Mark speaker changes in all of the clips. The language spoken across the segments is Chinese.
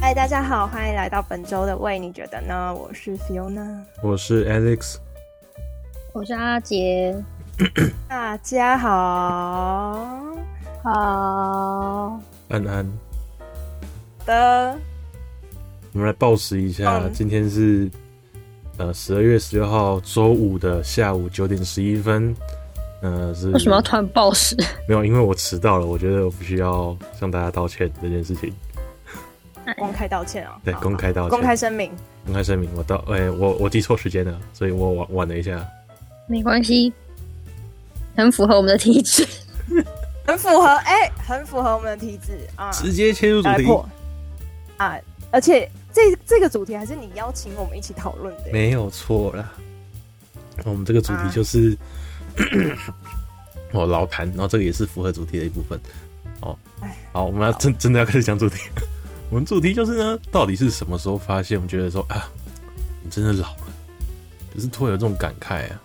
Speaker 1: 嗨，大家好，欢迎来到本周的喂，你觉得呢？我是 Fiona。
Speaker 2: 我是 Alex，
Speaker 3: 我是阿杰。
Speaker 1: 大家好
Speaker 3: 好，
Speaker 2: 安安，
Speaker 1: 的，
Speaker 2: 我们来报时一下，
Speaker 1: 嗯
Speaker 2: 今天是呃十二月十六号周五的下午九点十一分。呃，是
Speaker 3: 为什么要突然暴食？
Speaker 2: 没有？因为我迟到了，我觉得我必须要向大家道歉这件事情，
Speaker 1: 公开道歉哦，
Speaker 2: 对
Speaker 1: 好
Speaker 2: 公开道歉
Speaker 1: 公开声明，
Speaker 2: 公开声明，我到哎、我我记错时间了，所以我晚晚了一下。
Speaker 3: 没关系，很符合我们的体质。
Speaker 1: 很符合，哎、很符合我们的体质啊，
Speaker 2: 直接切入主
Speaker 1: 来
Speaker 2: 题，
Speaker 1: 破啊！而且这这个主题还是你邀请我们一起讨论的耶，
Speaker 2: 没有错啦。我们这个主题
Speaker 1: 啊
Speaker 2: 就是、 哦老谭，然后这个也是符合主题的一部分。哦
Speaker 1: 哎，
Speaker 2: 好，我们要真真的要开始讲主题。 我们主题就是呢，到底是什么时候发现我们觉得说啊，你真的老了，就是突然有这种感慨啊。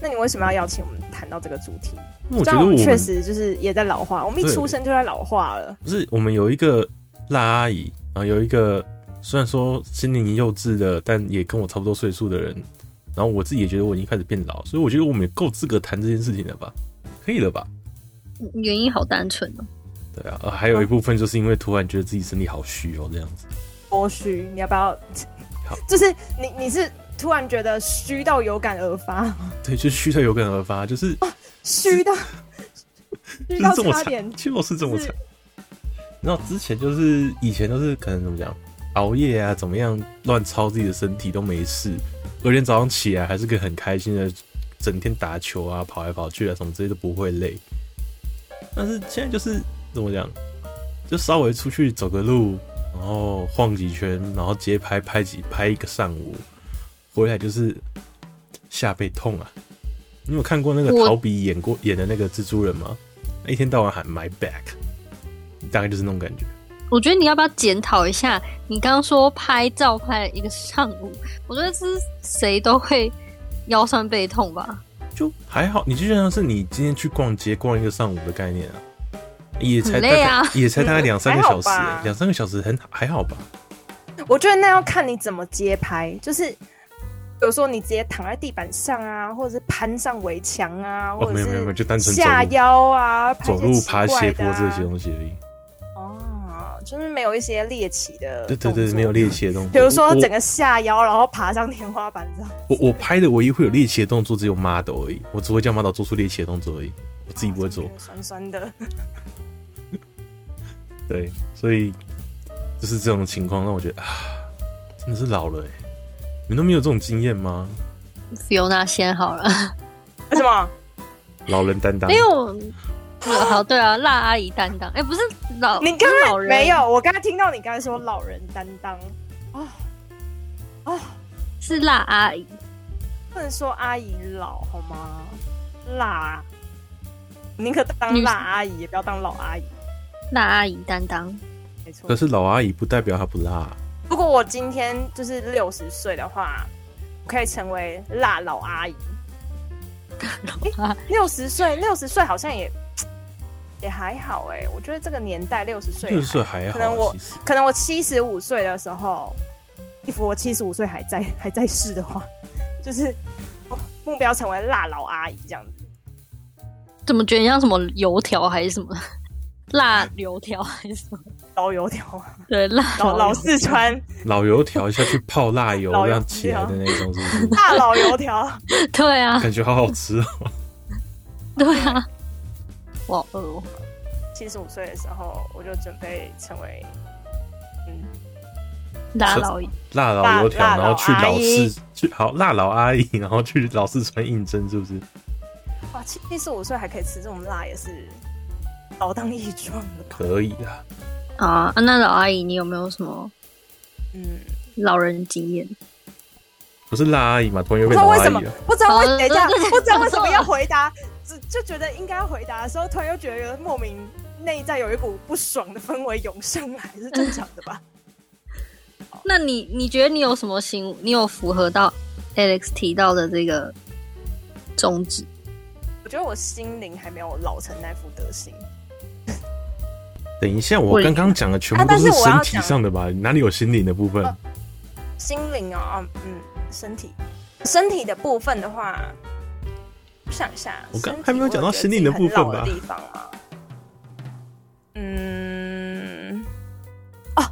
Speaker 1: 那你为什么要邀请我们谈到这个主题？
Speaker 2: 那我
Speaker 1: 虽
Speaker 2: 觉
Speaker 1: 然
Speaker 2: 得我
Speaker 1: 们
Speaker 2: 们
Speaker 1: 确实就是也在老化，我们一
Speaker 2: 对
Speaker 1: 出生就在老化啊了。
Speaker 2: 不是我们有一个辣阿姨，然后有一个虽然说心灵幼稚的，但也跟我差不多岁数的人，然后我自己也觉得我已经开始变老，所以我觉得我们也够资格谈这件事情了吧？可以了吧？
Speaker 3: 原因好单纯哦，
Speaker 2: 对啊，呃，还有一部分就是因为突然觉得自己身体好虚哦，这样子。
Speaker 1: 多虚，你要 不要
Speaker 2: 好？
Speaker 1: 就是你你是突然觉得虚到有感而发，
Speaker 2: 对，就是虚的有感而发，就是
Speaker 1: 虚到虚
Speaker 2: 就是
Speaker 1: 到
Speaker 2: 这么
Speaker 1: 差点
Speaker 2: 惨，就是这么
Speaker 1: 是
Speaker 2: 惨。你知道之前就是以前都是可能怎么讲，熬夜啊，怎么样乱操自己的身体都没事，隔天早上起来还是个很开心的，整天打球啊，跑来跑去啊，什么之类都不会累。但是现在就是怎么讲，就稍微出去走个路，然后晃几圈，然后街拍拍几拍一个上午，回来就是下背痛啊。你有看过那个
Speaker 3: 我
Speaker 2: 陶比演过演的那个蜘蛛人吗？一天到晚喊 “my back”，大概就是那种感觉。
Speaker 3: 我觉得你要不要检讨一下？你刚刚说拍照拍了一个上午，我觉得这是谁都会腰酸背痛吧？
Speaker 2: 就还好，你就像是你今天去逛街逛一个上午的概念啊，也才
Speaker 3: 很
Speaker 2: 大
Speaker 3: 累
Speaker 2: 概、
Speaker 3: 啊
Speaker 2: 也才大概两三个小时、
Speaker 1: 还好吧
Speaker 2: 两三个小时很还好吧？
Speaker 1: 我觉得那要看你怎么接拍，就是比如说你直接躺在地板上啊，或者是攀上围墙啊，
Speaker 2: 哦，
Speaker 1: 或
Speaker 2: 没
Speaker 1: 者
Speaker 2: 有没有没有，
Speaker 1: 是
Speaker 2: 就单纯走
Speaker 1: 下
Speaker 2: 路、
Speaker 1: 腰啊，拍一
Speaker 2: 走
Speaker 1: 些
Speaker 2: 路、
Speaker 1: 奇
Speaker 2: 爬
Speaker 1: 怪的
Speaker 2: 斜坡
Speaker 1: 啊
Speaker 2: 这些东西而已。
Speaker 1: 哦，就是没有一些猎奇的，
Speaker 2: 对对对，没有猎。奇的动作。
Speaker 1: 比如说
Speaker 2: 我
Speaker 1: 整个下腰，然后爬上天花板上，
Speaker 2: 我我拍的唯一会有猎奇的动作只有 model 而已，我只会叫 model 做出猎奇的动作而已，我自己不会做。
Speaker 1: 酸酸的。
Speaker 2: 对，所以就是这种情况让我觉得啊，真的是老了哎、你们都没有这种经验吗？
Speaker 3: Fiona 先好了，
Speaker 1: 为什么？
Speaker 2: 老人担当
Speaker 3: 没，有。 好，对啊，辣阿姨担当，哎、不是老，
Speaker 1: 你刚
Speaker 3: 是
Speaker 1: 才
Speaker 3: 老人
Speaker 1: 没有？我刚才听到你刚才说老人担当，哦哦，
Speaker 3: 是辣阿姨，
Speaker 1: 不能说阿姨老好吗？辣，宁可当
Speaker 3: 女
Speaker 1: 辣阿姨，也不要当老阿姨。
Speaker 3: 辣阿姨担当，
Speaker 1: 没错
Speaker 2: 可。是老阿姨不代表她不辣。
Speaker 1: 如果我今天就是六十岁的话，我可以成为辣老阿姨。
Speaker 3: 阿
Speaker 1: 六十岁，六十岁好像也也还好哎、我觉得这个年代六十岁还
Speaker 2: 六十岁还好，
Speaker 1: 可
Speaker 2: 啊
Speaker 1: 能我
Speaker 2: 其实
Speaker 1: 可能我七十五岁的时候，衣服我七十五岁还在还在世的话，就是哦目标成为辣老阿姨这样子。
Speaker 3: 怎么觉得你像什么油条还是什么辣油条还是什么？
Speaker 1: 老油条，
Speaker 3: 对，辣
Speaker 1: 老老
Speaker 3: 油
Speaker 1: 四川
Speaker 2: 老油条下去 泡辣油
Speaker 1: 老油条
Speaker 2: 让起来的那种，是不是？
Speaker 1: 大老油条，
Speaker 3: 对啊，
Speaker 2: 感觉好好吃哦。
Speaker 3: 对啊，我好饿哦，
Speaker 1: 七十五岁的时候，我就准备成为嗯
Speaker 3: 辣老姨，
Speaker 2: 辣
Speaker 1: 辣
Speaker 2: 老油条，
Speaker 1: 辣
Speaker 2: 然后去
Speaker 1: 老阿
Speaker 2: 老
Speaker 1: 姨
Speaker 2: 四去好辣老阿姨，然后去老四川应征，是不是？
Speaker 1: 哇，七十五岁还可以吃这种辣，也是老当益壮的吧？
Speaker 2: 可以啦，
Speaker 3: 好啊，啊那老阿姨，你有没有什么
Speaker 1: 嗯，
Speaker 3: 老人经验？
Speaker 2: 不是辣阿姨嘛，突然又
Speaker 1: 不知
Speaker 2: 变
Speaker 1: 道
Speaker 2: 老
Speaker 1: 为
Speaker 2: 阿
Speaker 1: 什么
Speaker 2: 姨啊了。，
Speaker 1: 不知道为等一下，
Speaker 3: 好了
Speaker 1: 不知道为什么要回答，只就觉得应该要回答的时候，突然又觉得有莫名内在有一股不爽的氛围涌上来，是正常的吧？
Speaker 3: 那你你觉得你有什么行？你有符合到 Alex 提到的这个宗旨？
Speaker 1: 我觉得我心灵还没有老成那副德行，
Speaker 2: 等一下，我刚刚讲的全部
Speaker 1: 啊
Speaker 2: 都
Speaker 1: 但是我
Speaker 2: 身
Speaker 1: 要
Speaker 2: 体
Speaker 1: 讲
Speaker 2: 上的吧？哪里有心灵的部分？
Speaker 1: 哦心灵啊、哦，嗯，身体，身体的部分的话，我想一下，
Speaker 2: 我
Speaker 1: 身
Speaker 2: 刚
Speaker 1: 体
Speaker 2: 还没有讲到心灵的部分吧
Speaker 1: 我有觉得自己很老的地方啊，嗯，哦，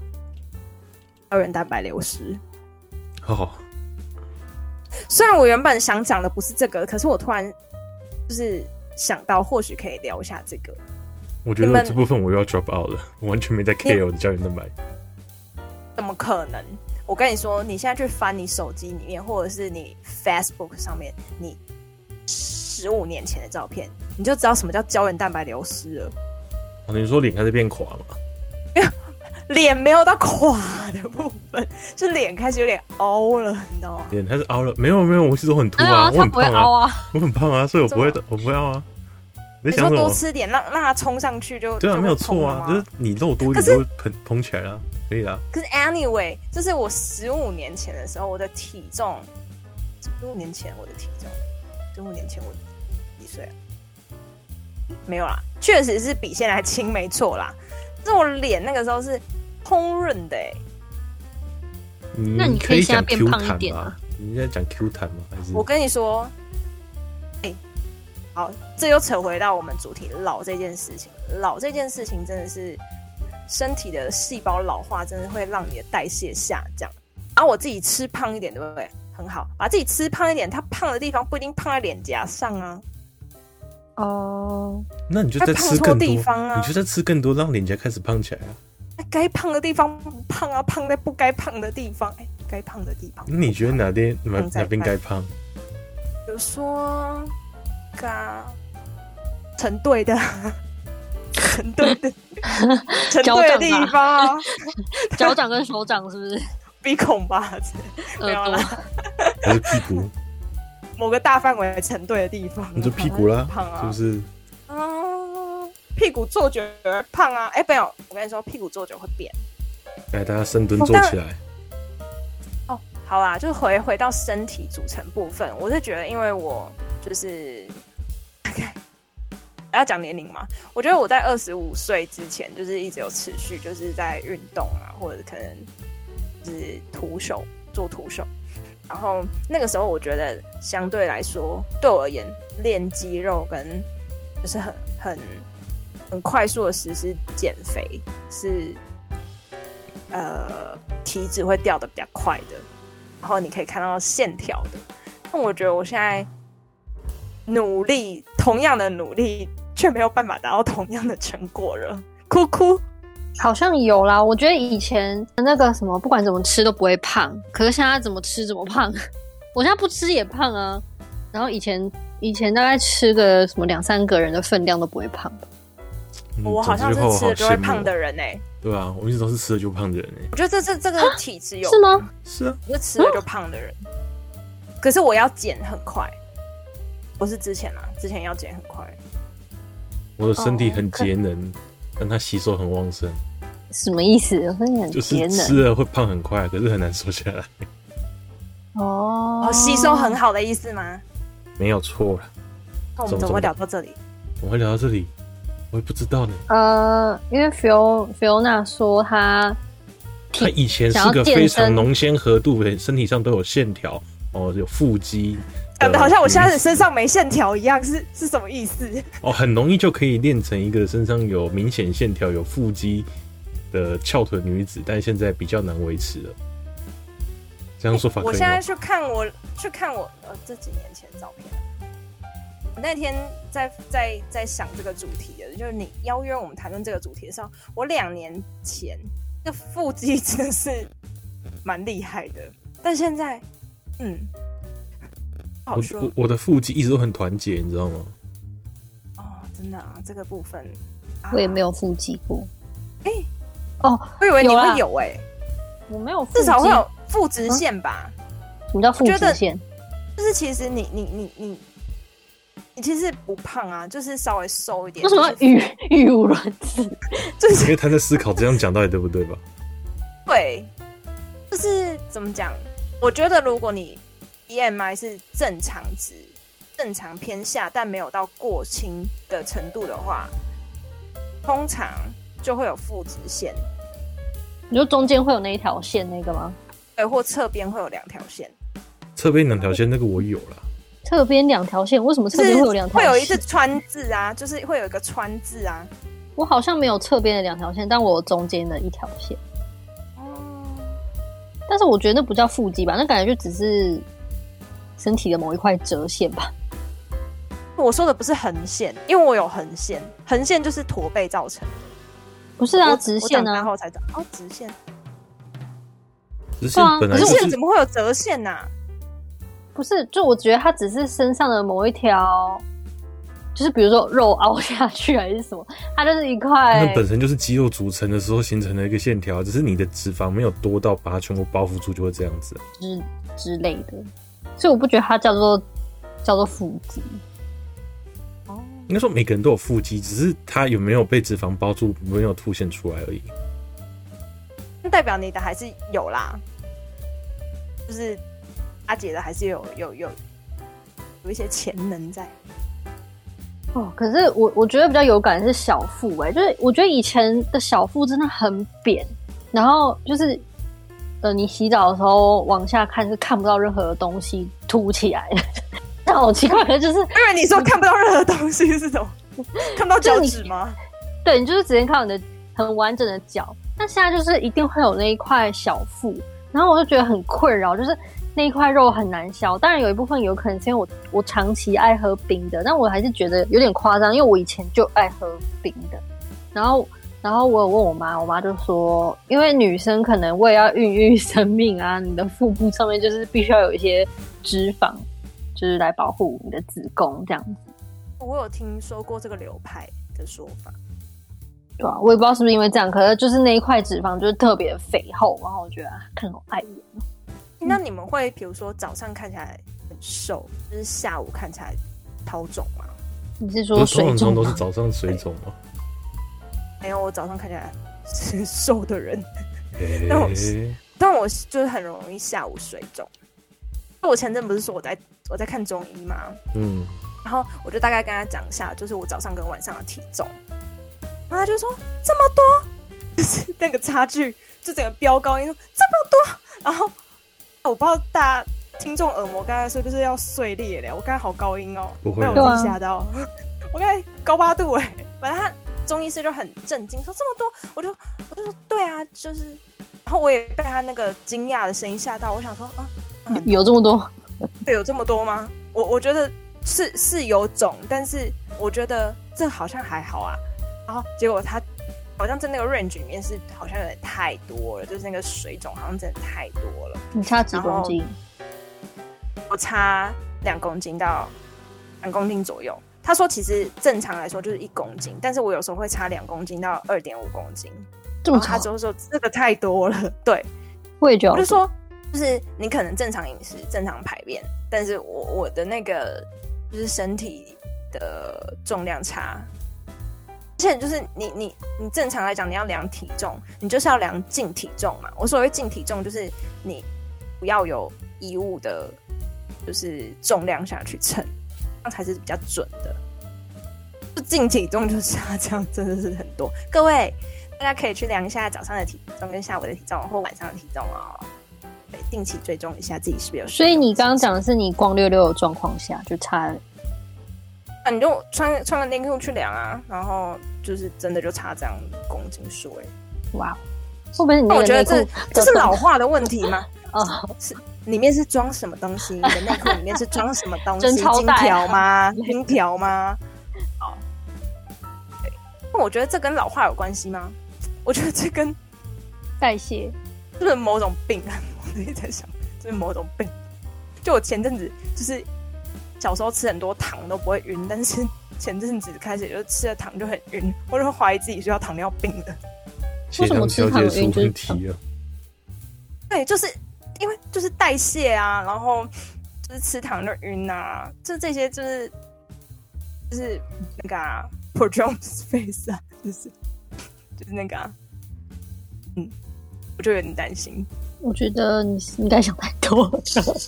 Speaker 1: 胶原蛋白流失。
Speaker 2: 哦，
Speaker 1: 虽然我原本想讲的不是这个，可是我突然就是想到，或许可以聊一下这个。
Speaker 2: 我觉
Speaker 1: 你
Speaker 2: 得
Speaker 1: 们
Speaker 2: 这部分我又要 drop out 了，我完全没在 care 我的胶原蛋白。
Speaker 1: 怎么可能？我跟你说，你现在去翻你手机里面，或者是你 Facebook 上面，你十五年前的照片，你就知道什么叫胶原蛋白流失了。
Speaker 2: 哦，你说脸开始变垮嘛？
Speaker 1: 脸没有到垮的部分，是脸开始有点凹了，你知道吗？
Speaker 2: 脸开始凹了？没有没有，我一直都很凸
Speaker 3: 没有
Speaker 2: 啊，
Speaker 3: 啊，
Speaker 2: 我
Speaker 3: 它
Speaker 2: 很
Speaker 3: 不会
Speaker 2: 胖
Speaker 3: 凹
Speaker 2: 啊，
Speaker 3: 啊，
Speaker 2: 我很胖啊，所以我不会
Speaker 1: 怎，
Speaker 2: 我不会凹啊。
Speaker 1: 你
Speaker 2: 你在想
Speaker 1: 说
Speaker 2: 什么
Speaker 1: 多？吃点，让让它冲上去就
Speaker 2: 对啊，
Speaker 1: 就会
Speaker 2: 没有错
Speaker 1: 痛了
Speaker 2: 啊，
Speaker 1: 吗
Speaker 2: 就是你肉多一点
Speaker 1: 可是
Speaker 2: 就会膨膨起来了，可以啦。啊
Speaker 1: 可是 anyway，这是我十五年前的时候，我的体重，十五年前我的体重，十五年前我几岁啊？没有啦，确实是比现在轻，没错啦。但我脸那个时候是通润的、欸，
Speaker 3: 那你
Speaker 2: 你
Speaker 3: 可以现在
Speaker 2: 讲
Speaker 3: 变
Speaker 2: Q
Speaker 3: 胖一
Speaker 2: 弹
Speaker 3: 点
Speaker 2: 吧
Speaker 3: 啊
Speaker 2: 你在讲 Q 弹吗？还是
Speaker 1: 我跟你说，哎、好，这又扯回到我们主题老这件事情。老这件事情真的是身体的细胞老化，真的会让你的代谢下降。然后我自己吃胖一点，对不对？很好，把自己吃胖一点，它胖的地方不一定胖在脸颊上啊，
Speaker 3: 哦，
Speaker 2: 那你就
Speaker 1: 它
Speaker 2: 再
Speaker 1: 胖
Speaker 2: 吃
Speaker 1: 错
Speaker 2: 更多，
Speaker 1: 地方啊
Speaker 2: 你就再吃更多，让脸颊开始胖起来啊。
Speaker 1: 那哎该胖的地方不胖啊，胖在不该胖的地方，哎、该胖的地方。
Speaker 2: 那你觉得哪边哪
Speaker 1: 胖再
Speaker 2: 哪边该胖？
Speaker 1: 比如说，嘎，成对的， 成对的，成对的地方 啊。
Speaker 3: 脚掌跟手掌是不是？
Speaker 1: 鼻孔吧，没有
Speaker 3: 耳朵
Speaker 1: 啦，
Speaker 2: 还是屁 股？
Speaker 1: 某个大范围成对的地方。
Speaker 2: 你就屁股啦
Speaker 1: 胖，啊
Speaker 2: 是不是？
Speaker 1: 啊，屁股坐久而胖啊！哎、没有，我跟你说，屁股坐久会变。
Speaker 2: 来，哎大家深蹲
Speaker 1: 我
Speaker 2: 做
Speaker 1: 当
Speaker 2: 起来。
Speaker 1: 哦，好啦，就回回到身体组成部分，我是觉得，因为我就是要讲年龄嘛，我觉得我在二十五岁之前，就是一直有持续就是在运动啊，或者可能就是徒手做徒手，然后那个时候我觉得相对来说，对我而言练肌肉跟就是很很很快速的实施减肥是呃体脂会掉的比较快的，然后你可以看到线条的。但我觉得我现在努力，同样的努力，却没有办法达到同样的成果了。 哭哭，
Speaker 3: 好像有啦。我觉得以前那个什么，不管怎么吃都不会胖，可是现在怎么吃怎么胖。 我现在不吃也胖啊。然后以前以前大概吃个什么两三个人的分量都不会胖。
Speaker 2: 嗯
Speaker 1: 我好像是
Speaker 2: 总之
Speaker 1: 吃了就会
Speaker 2: 好羡慕啊
Speaker 1: 胖的人哎、
Speaker 2: 对啊，我一直都是吃了就胖的人哎。
Speaker 1: 我觉得这这这个体质有
Speaker 3: 是吗？
Speaker 2: 是啊，
Speaker 1: 我是吃了就胖的人。可是我要减很快，不是之前啊，之前要减很快。
Speaker 2: 我的身体
Speaker 1: 哦
Speaker 2: 很节能，但它吸收很旺盛，
Speaker 3: 什么意思？我说你很
Speaker 2: 就是
Speaker 3: 节能
Speaker 2: 吃了会胖很快，可是很难瘦下来。
Speaker 3: 哦
Speaker 1: 哦，吸收很好的意思吗？
Speaker 2: 没有错了，
Speaker 1: 那我们
Speaker 2: 怎么
Speaker 1: 怎么会聊到这里？
Speaker 2: 我们会聊到这里，我也不知道呢。
Speaker 3: 呃，因为 Fiona Fiona 说她
Speaker 2: 他以前是个非常浓鲜合度的，身体上都有线条哦，有腹肌，
Speaker 1: 讲的好像我现在
Speaker 2: 呃
Speaker 1: 身上没线条一样，是是什么意思？
Speaker 2: 哦，很容易就可以练成一个身上有明显线条、有腹肌的翘臀女子，但现在比较难维持了。这样说法
Speaker 1: 我
Speaker 2: 哦可以
Speaker 1: 现在
Speaker 2: 吗？
Speaker 1: 去看我去看我呃这几年前的照片。我那天在在在想这个主题的，就是你邀约我们谈论这个主题的时候，我两年前那腹肌真的是蛮厉害的，但现在嗯，不好
Speaker 2: 我
Speaker 1: 说
Speaker 2: 我我的腹肌一直都很团结，你知道吗？
Speaker 1: 哦，真的啊，这个部分、啊
Speaker 3: 我也没有腹肌过。
Speaker 1: 哎
Speaker 3: 哦，
Speaker 1: 我以为你
Speaker 3: 有啦
Speaker 1: 会有哎、
Speaker 3: 我没有腹肌，啊
Speaker 1: 至少会有腹直线吧。
Speaker 3: 什么叫腹
Speaker 1: 我觉得
Speaker 3: 肌线？
Speaker 1: 就是其实你你你你你其实不胖啊，就是稍微瘦一点。
Speaker 3: 为什么要
Speaker 1: 就是
Speaker 3: 语语无伦次？
Speaker 1: 就是
Speaker 2: 因为他在思考这样讲到底对不对吧？
Speaker 1: 对，就是怎么讲？我觉得如果你 BMI 是正常值、正常偏下，但没有到过轻的程度的话，通常就会有腹直线，
Speaker 3: 你说中间会有那一条线那个吗？
Speaker 1: 对，或侧边会有两条线，
Speaker 2: 侧边两条线那个我有了，
Speaker 3: 侧边两条线，为什么侧
Speaker 1: 就是
Speaker 3: 边会有两条？
Speaker 1: 会有一次，川字啊，就是会有一个川字啊。
Speaker 3: 我好像没有侧边的两条线，但我有中间的一条线。但是我觉得那不叫腹肌吧，那感觉就只是身体的某一块折线吧。
Speaker 1: 我说的不是横线，因为我有横线，横线就是驼背造成的。
Speaker 3: 不是
Speaker 1: 我
Speaker 3: 啊，直线
Speaker 1: 我长大
Speaker 3: 啊，
Speaker 1: 后才知道哦，直线，
Speaker 2: 直线
Speaker 3: 对啊
Speaker 2: 本来
Speaker 1: 直
Speaker 2: 就
Speaker 3: 可是
Speaker 1: 线
Speaker 2: 是
Speaker 1: 怎么会有折线呐、啊？
Speaker 3: 不是，就我觉得它只是身上的某一条，就是比如说肉凹下去还是什么，它就是一块
Speaker 2: 那。本身就是肌肉组成的时候形成的一个线条，只是你的脂肪没有多到把它全部包覆住，就会这样子。
Speaker 3: 之之类的，所以我不觉得它叫做叫做腹肌。
Speaker 2: 应该说每个人都有腹肌，只是它有没有被脂肪包住，没有凸显出来而已。
Speaker 1: 那代表你的还是有啦，就是阿姐的还是有有有有一些潜能在。
Speaker 3: 哦，可是我我觉得比较有感的是小腹、哎，就是我觉得以前的小腹真的很扁，然后就是呃，你洗澡的时候往下看是看不到任何东西凸起来的， 那好奇怪，可是就是
Speaker 1: 因为你说看不到任何东西是什么？ 看不到脚趾吗？
Speaker 3: 对你就是只能看到你的很完整的脚，但现在就是一定会有那一块小腹，然后我就觉得很困扰，就是那一块肉很难消。当然有一部分有可能是因为我我长期爱喝冰的，但我还是觉得有点夸张，因为我以前就爱喝冰的。然后然后我有问我妈，我妈就说，因为女生可能为了要孕育生命啊，你的腹部上面就是必须要有一些脂肪，就是来保护你的子宫这样子。
Speaker 1: 我有听说过这个流派的说法，
Speaker 3: 对啊，我也不知道是不是因为这样，可是就是那一块脂肪就是特别肥厚，然后我觉得啊看好碍眼。
Speaker 1: 那你们会比如说早上看起来很瘦，就是下午看起来超肿吗？
Speaker 3: 你是
Speaker 2: 不
Speaker 3: 说
Speaker 2: 是通
Speaker 3: 水
Speaker 2: 常中
Speaker 3: 肿
Speaker 2: 都是
Speaker 3: 吗？
Speaker 2: 早上水肿吗？
Speaker 1: 没有，我早上看起来是 瘦的人，
Speaker 2: 诶
Speaker 1: 那我是但我就是很容易下午水肿。我前阵不是说我在我在看中医吗？
Speaker 2: 嗯，
Speaker 1: 然后我就大概跟他讲一下，就是我早上跟晚上的体重，然后他就说这么多， 就是那个差距就整个飙高音说这么多，然后啊我不知道大家听众耳膜刚才说就是要碎裂了，我刚才好高音哦，
Speaker 2: 不会
Speaker 1: 被
Speaker 2: 啊
Speaker 1: 我自己吓到， 我刚才高八度哎、反正他中医师就很震惊说这么多，我就我就说对啊，就是，然后我也被他那个惊讶的声音吓到，我想说啊，
Speaker 3: 有这么多？
Speaker 1: 对，有这么多吗？我我觉得是是有种，但是我觉得这好像还好啊。然后结果他好像在那个 range 里面是好像有点太多了，就是那个水肿好像真的太多了。
Speaker 3: 你差几公斤？
Speaker 1: 我差两公斤到两公斤左右。他说其实正常来说就是一公斤，但是我有时候会差两公斤到二点五公斤。
Speaker 3: 这
Speaker 1: 然
Speaker 3: 么
Speaker 1: 后他
Speaker 3: 差？
Speaker 1: 就说哦这个太多了，对。
Speaker 3: 我也觉
Speaker 1: 我就
Speaker 3: 得
Speaker 1: 说，就是你可能正常饮食、正常排便，但是我我的那个就是身体的重量差，而且就是你你你正常来讲你要量体重，你就是要量净体重嘛。我所谓净体重就是你不要有衣物的，就是重量下去称，那才是比较准的。就净体重就是下降，真的是很多。各位，大家可以去量一下早上的体重跟下午的体重，或晚上的体重哦。对，定期追踪一下自己是不是有。
Speaker 3: 所以你刚刚讲的是你光溜溜的状况下就差，
Speaker 1: 啊，你就穿穿个内裤去量啊，然后就是真的就差这样公斤数哎。
Speaker 3: 哇，哦会不会是你
Speaker 1: 那
Speaker 3: 那
Speaker 1: 我
Speaker 3: 个
Speaker 1: 觉得这
Speaker 3: 内裤
Speaker 1: 这是老化的问题 吗？
Speaker 3: 啊？
Speaker 1: 里面是装什么东西？你的内裤里面是装什么东西？
Speaker 3: 真超
Speaker 1: 金
Speaker 3: 带啊
Speaker 1: 条吗？金条吗？哦，对。那我觉得这跟老化有关系吗？我觉得这跟
Speaker 3: 代谢
Speaker 1: 是不是某种病啊？我自己在想，是不是某种病。就我前阵子就是小时候吃很多糖都不会晕，但是前阵子开始就吃了糖就很晕，我就会怀疑自己是要糖尿病的。
Speaker 2: 血糖调节出
Speaker 3: 为什么吃
Speaker 2: 问
Speaker 3: 糖
Speaker 2: 题啊，
Speaker 1: 对，就是因为就是代谢啊，然后就是吃糖就晕啊，就这些就是就是那个啊 p r o j o n space 啊，就是就是那个、啊，嗯，我就有点担心，
Speaker 3: 我觉得你应该想太多 了。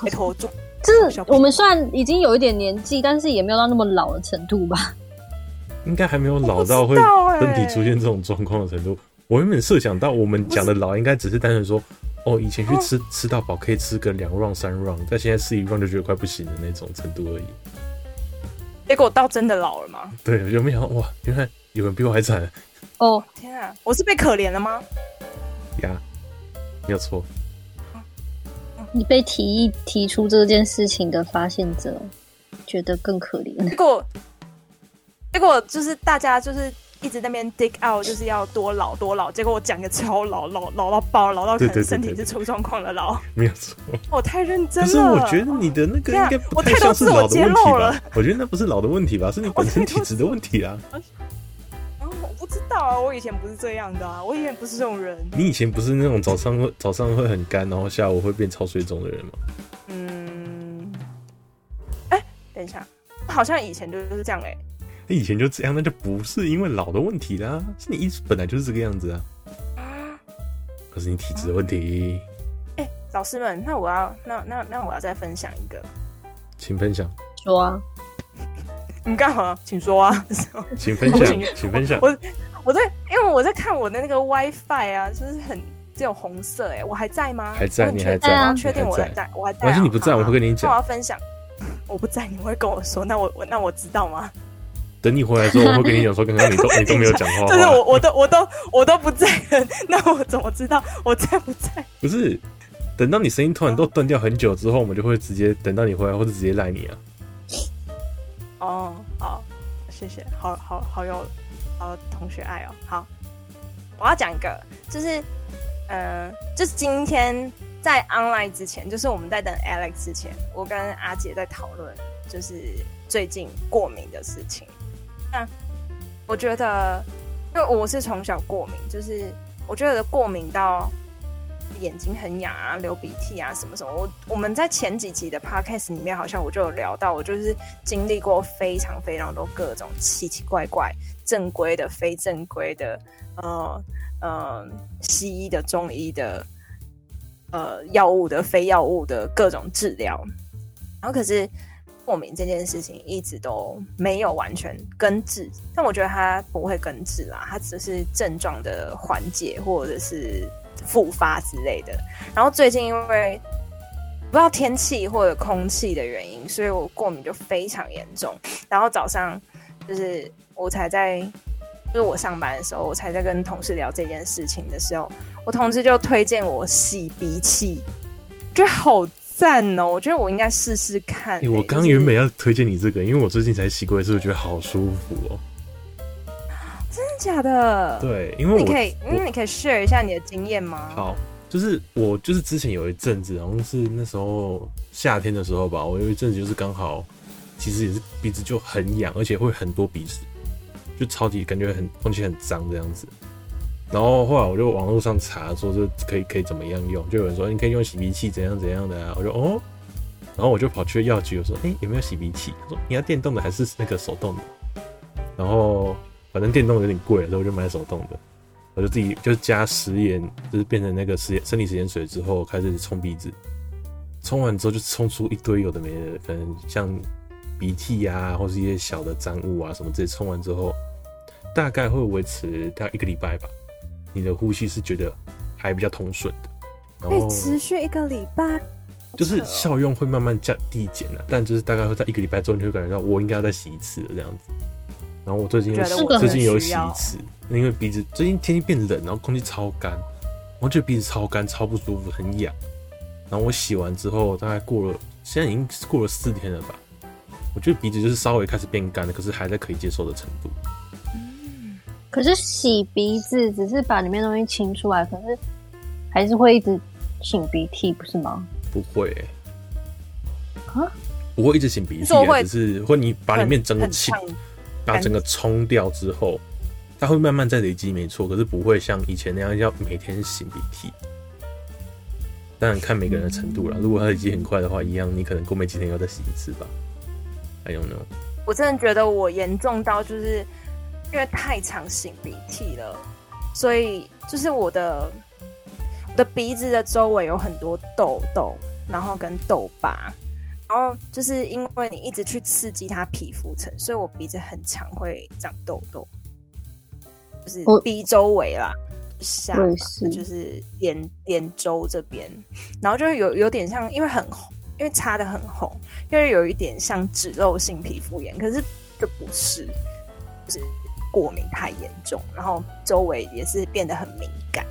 Speaker 1: 拜托重
Speaker 3: 就是我们虽然已经有一点年纪，但是也没有到那么老的程度吧。
Speaker 2: 应该还没有老
Speaker 1: 我不知
Speaker 2: 到会
Speaker 1: 道欸
Speaker 2: 身体出现这种状况的程度。我原本设想到我们讲的老，应该只是单纯说，哦，以前去吃吃到饱可以吃个两 round 三 round，但现在吃一 round 就觉得快不行的那种程度而已。
Speaker 1: 结果到真的老了吗？
Speaker 2: 对，我就没想到哇，原来有人比我还惨啊
Speaker 3: 哦，
Speaker 1: 天啊，我是被可怜了吗？
Speaker 2: 呀！没有错，
Speaker 3: 你被提议提出这件事情的发现者，觉得更可怜。
Speaker 1: 结果，结果就是大家就是一直在那边 dig out，就是要多老多老。结果我讲个超老，老老到爆，老到可
Speaker 2: 对对
Speaker 1: 能
Speaker 2: 对
Speaker 1: 身体
Speaker 2: 对
Speaker 1: 是
Speaker 2: 对
Speaker 1: 出状况的老。
Speaker 2: 没有错。
Speaker 1: 我太认真
Speaker 2: 可
Speaker 1: 了。
Speaker 2: 是我觉得你的那个应该不
Speaker 1: 我太多
Speaker 2: 太像是
Speaker 1: 自我
Speaker 2: 老的
Speaker 1: 揭
Speaker 2: 问题
Speaker 1: 露
Speaker 2: 吧
Speaker 1: 了？
Speaker 2: 我觉得那不是老的问题吧，是你本身体质的问题啊。
Speaker 1: 哦我不知道啊，我以前不是这样的啊，我以前不是这种人。
Speaker 2: 你以前不是那种早上会早上会很干，然后下午会变超水肿的人吗？
Speaker 1: 嗯，哎、等一下，好像以前就是这样哎、
Speaker 2: 你以前就这样，那就不是因为老的问题啦，是你一直本来就是这个样子啊。可是你体质的问题，
Speaker 1: 哎、老师们，那我要那那那我要再分享一个，
Speaker 2: 请分享，
Speaker 3: 说啊，
Speaker 1: 你干嘛？请说啊。 这种
Speaker 2: 请分
Speaker 1: 我
Speaker 2: 享
Speaker 1: 请，
Speaker 2: 请分享。
Speaker 1: 我我在因为我在看我的那个 WiFi 啊，就是很只有红色哎、我还在吗？
Speaker 2: 还在啊
Speaker 1: 我很
Speaker 2: 你
Speaker 1: 确
Speaker 2: 还
Speaker 3: 在
Speaker 1: 我要
Speaker 3: 你
Speaker 1: 确定
Speaker 2: 还
Speaker 1: 我还
Speaker 2: 在
Speaker 1: 在，我还在、啊。
Speaker 2: 还是你不在，
Speaker 1: 好
Speaker 2: 我会跟你
Speaker 1: 那我
Speaker 2: 讲。
Speaker 1: 要分享。 我不在，你会跟我说，那我我那我知道吗？
Speaker 2: 等你回来之后，我会跟你讲说，刚刚 你都你都没有讲话。
Speaker 1: 就是我我都我都我都不在了，那我怎么知道我在不在？
Speaker 2: 不是，等到你声音突然都断掉很久之后，我们就会直接等到你回来，或者直接赖你啊。
Speaker 1: 哦，好，谢谢，好好好有好同学爱哦。好，我要讲一个，就是呃，就是今天在 online 之前，就是我们在等 Alex 之前，我跟阿杰在讨论，就是最近过敏的事情。那我觉得，因为我是从小过敏，就是我觉得过敏到。眼睛很痒啊，流鼻涕啊，什么什么。我我们在前几集的 podcast 里面，好像我就有聊到，我就是经历过非常非常多各种奇奇怪怪、正规的、非正规的，呃呃，西医的、中医的，呃，药物的、非药物的各种治疗。然后可是过敏这件事情一直都没有完全根治，但我觉得它不会根治啦，它只是症状的缓解或者是复发之类的。然后最近因为不知道天气或者空气的原因，所以我过敏就非常严重。然后早上就是我才在，就是我上班的时候，我才在跟同事聊这件事情的时候，我同事就推荐我洗鼻器，觉得好赞哦！我觉得我应该试试看、
Speaker 2: 哎、我
Speaker 1: 欸
Speaker 2: 刚原本要推荐你这个，因为我最近才洗过一次，我觉得好舒服哦。
Speaker 1: 就是真的假的？
Speaker 2: 对，因
Speaker 1: 那
Speaker 2: 为我
Speaker 1: 你可以，
Speaker 2: 我
Speaker 1: 嗯，你可以 share 一下你的经验吗？，
Speaker 2: 好，就是我就是之前有一阵子，好像是那时候夏天的时候吧，我有一阵子就是刚好，其实也是鼻子就很痒，而且会很多鼻屎，就超级感觉很空气很脏这样子。然后后来我就网络上查说这可以可以怎么样用，就有人说哎你可以用洗鼻器怎样怎样的啊，我就哦，然后我就跑去药局我说，哎、有没有洗鼻器？他说你要电动的还是那个手动的？然后反正电动的有点贵，所以我就买手动的。我就自己就加食盐，就是变成那个食盐生理食盐水之后，开始冲鼻子，冲完之后就冲出一堆有的没的，可能像鼻涕呀、或是一些小的脏物啊什么这些。冲完之后，大概会维持大概一个礼拜吧，你的呼吸是觉得还比较通顺的，然
Speaker 1: 可以
Speaker 2: 后
Speaker 1: 持续一个礼拜，
Speaker 2: 就是
Speaker 1: 哦
Speaker 2: 效用会慢慢降递减的，啊但就是大概会在一个礼拜之后，你会感觉到我应该要再洗一次了这样子。然后我最近有
Speaker 1: 觉
Speaker 2: 洗
Speaker 1: 得
Speaker 3: 我
Speaker 2: 最近有洗
Speaker 1: 需要
Speaker 2: 一次，因为鼻子最近天气变冷，然后空气超干，我觉得鼻子超干、超不舒服、很痒。然后我洗完之后，大概过了，现在已经过了四天了吧。我觉得鼻子就是稍微开始变干了，可是还在可以接受的程度。
Speaker 3: 可是洗鼻子只是把里面东西清出来，可是还是会一直擤鼻涕，不是吗？
Speaker 2: 不会、欸
Speaker 3: 啊，
Speaker 2: 不会一直擤鼻
Speaker 1: 你
Speaker 2: 涕、
Speaker 1: 说
Speaker 2: 啊，
Speaker 1: 会
Speaker 2: 只是会你把里面整个
Speaker 1: 很
Speaker 2: 清
Speaker 1: 很呛
Speaker 2: 把整个冲掉之后，它会慢慢再累积，没错，可是不会像以前那样要每天擤鼻涕。当然看每个人的程度
Speaker 3: 嗯
Speaker 2: 啦，如果他累积很快的话，一样你可能过没几天又再洗一次吧。I don't know，
Speaker 1: 我真的觉得我严重到就是因为太常擤鼻涕了，所以就是我的我的鼻子的周围有很多痘痘，然后跟痘疤，然后就是因为你一直去刺激它皮肤层，所以我鼻子很常会长痘痘，就是
Speaker 3: 我
Speaker 1: 鼻周围啦，下
Speaker 3: 我也
Speaker 1: 巴
Speaker 3: 是
Speaker 1: 就是脸脸周这边，然后就是有有点像，因为很红，因为擦的很红，因为有一点像脂漏性皮肤炎，可是就不是，就是过敏太严重，然后周围也是变得很敏感，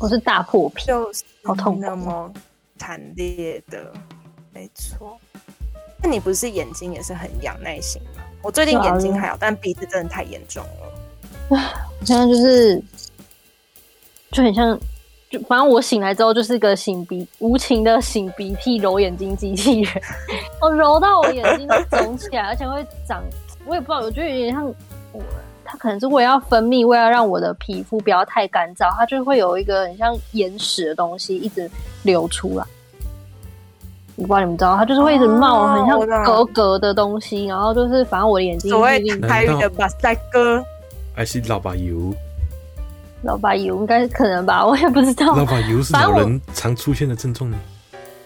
Speaker 3: 我是大破皮，
Speaker 1: 就是
Speaker 3: 好痛苦
Speaker 1: 那么惨烈的，没错。那你不是眼睛也是很养耐心吗？我最近
Speaker 3: 对啊
Speaker 1: 眼睛还好，但鼻子真的太严重了。
Speaker 3: 我现在就是就很像，就反正我醒来之后就是个擤鼻无情的擤鼻涕、揉眼睛机器人，我揉到我眼睛都肿起来，而且会长，我也不知道，我觉得有点像我，它可能是为了要分泌，为了让我的皮肤不要太干燥，它就会有一个很像眼屎的东西一直流出来。我不知道你们知道，它就是会一直冒
Speaker 1: 哦
Speaker 3: 很
Speaker 1: 我知道
Speaker 3: 像格格的东西，然后就是反正我的眼睛
Speaker 1: 所谓
Speaker 3: 最近
Speaker 1: 台语的马赛哥，
Speaker 2: 还是老把油，
Speaker 3: 老把油应该是可能吧，我也不知 道。
Speaker 2: 老把油是
Speaker 3: 反
Speaker 2: 老
Speaker 3: 哦正我
Speaker 2: 人常出现的症状呢。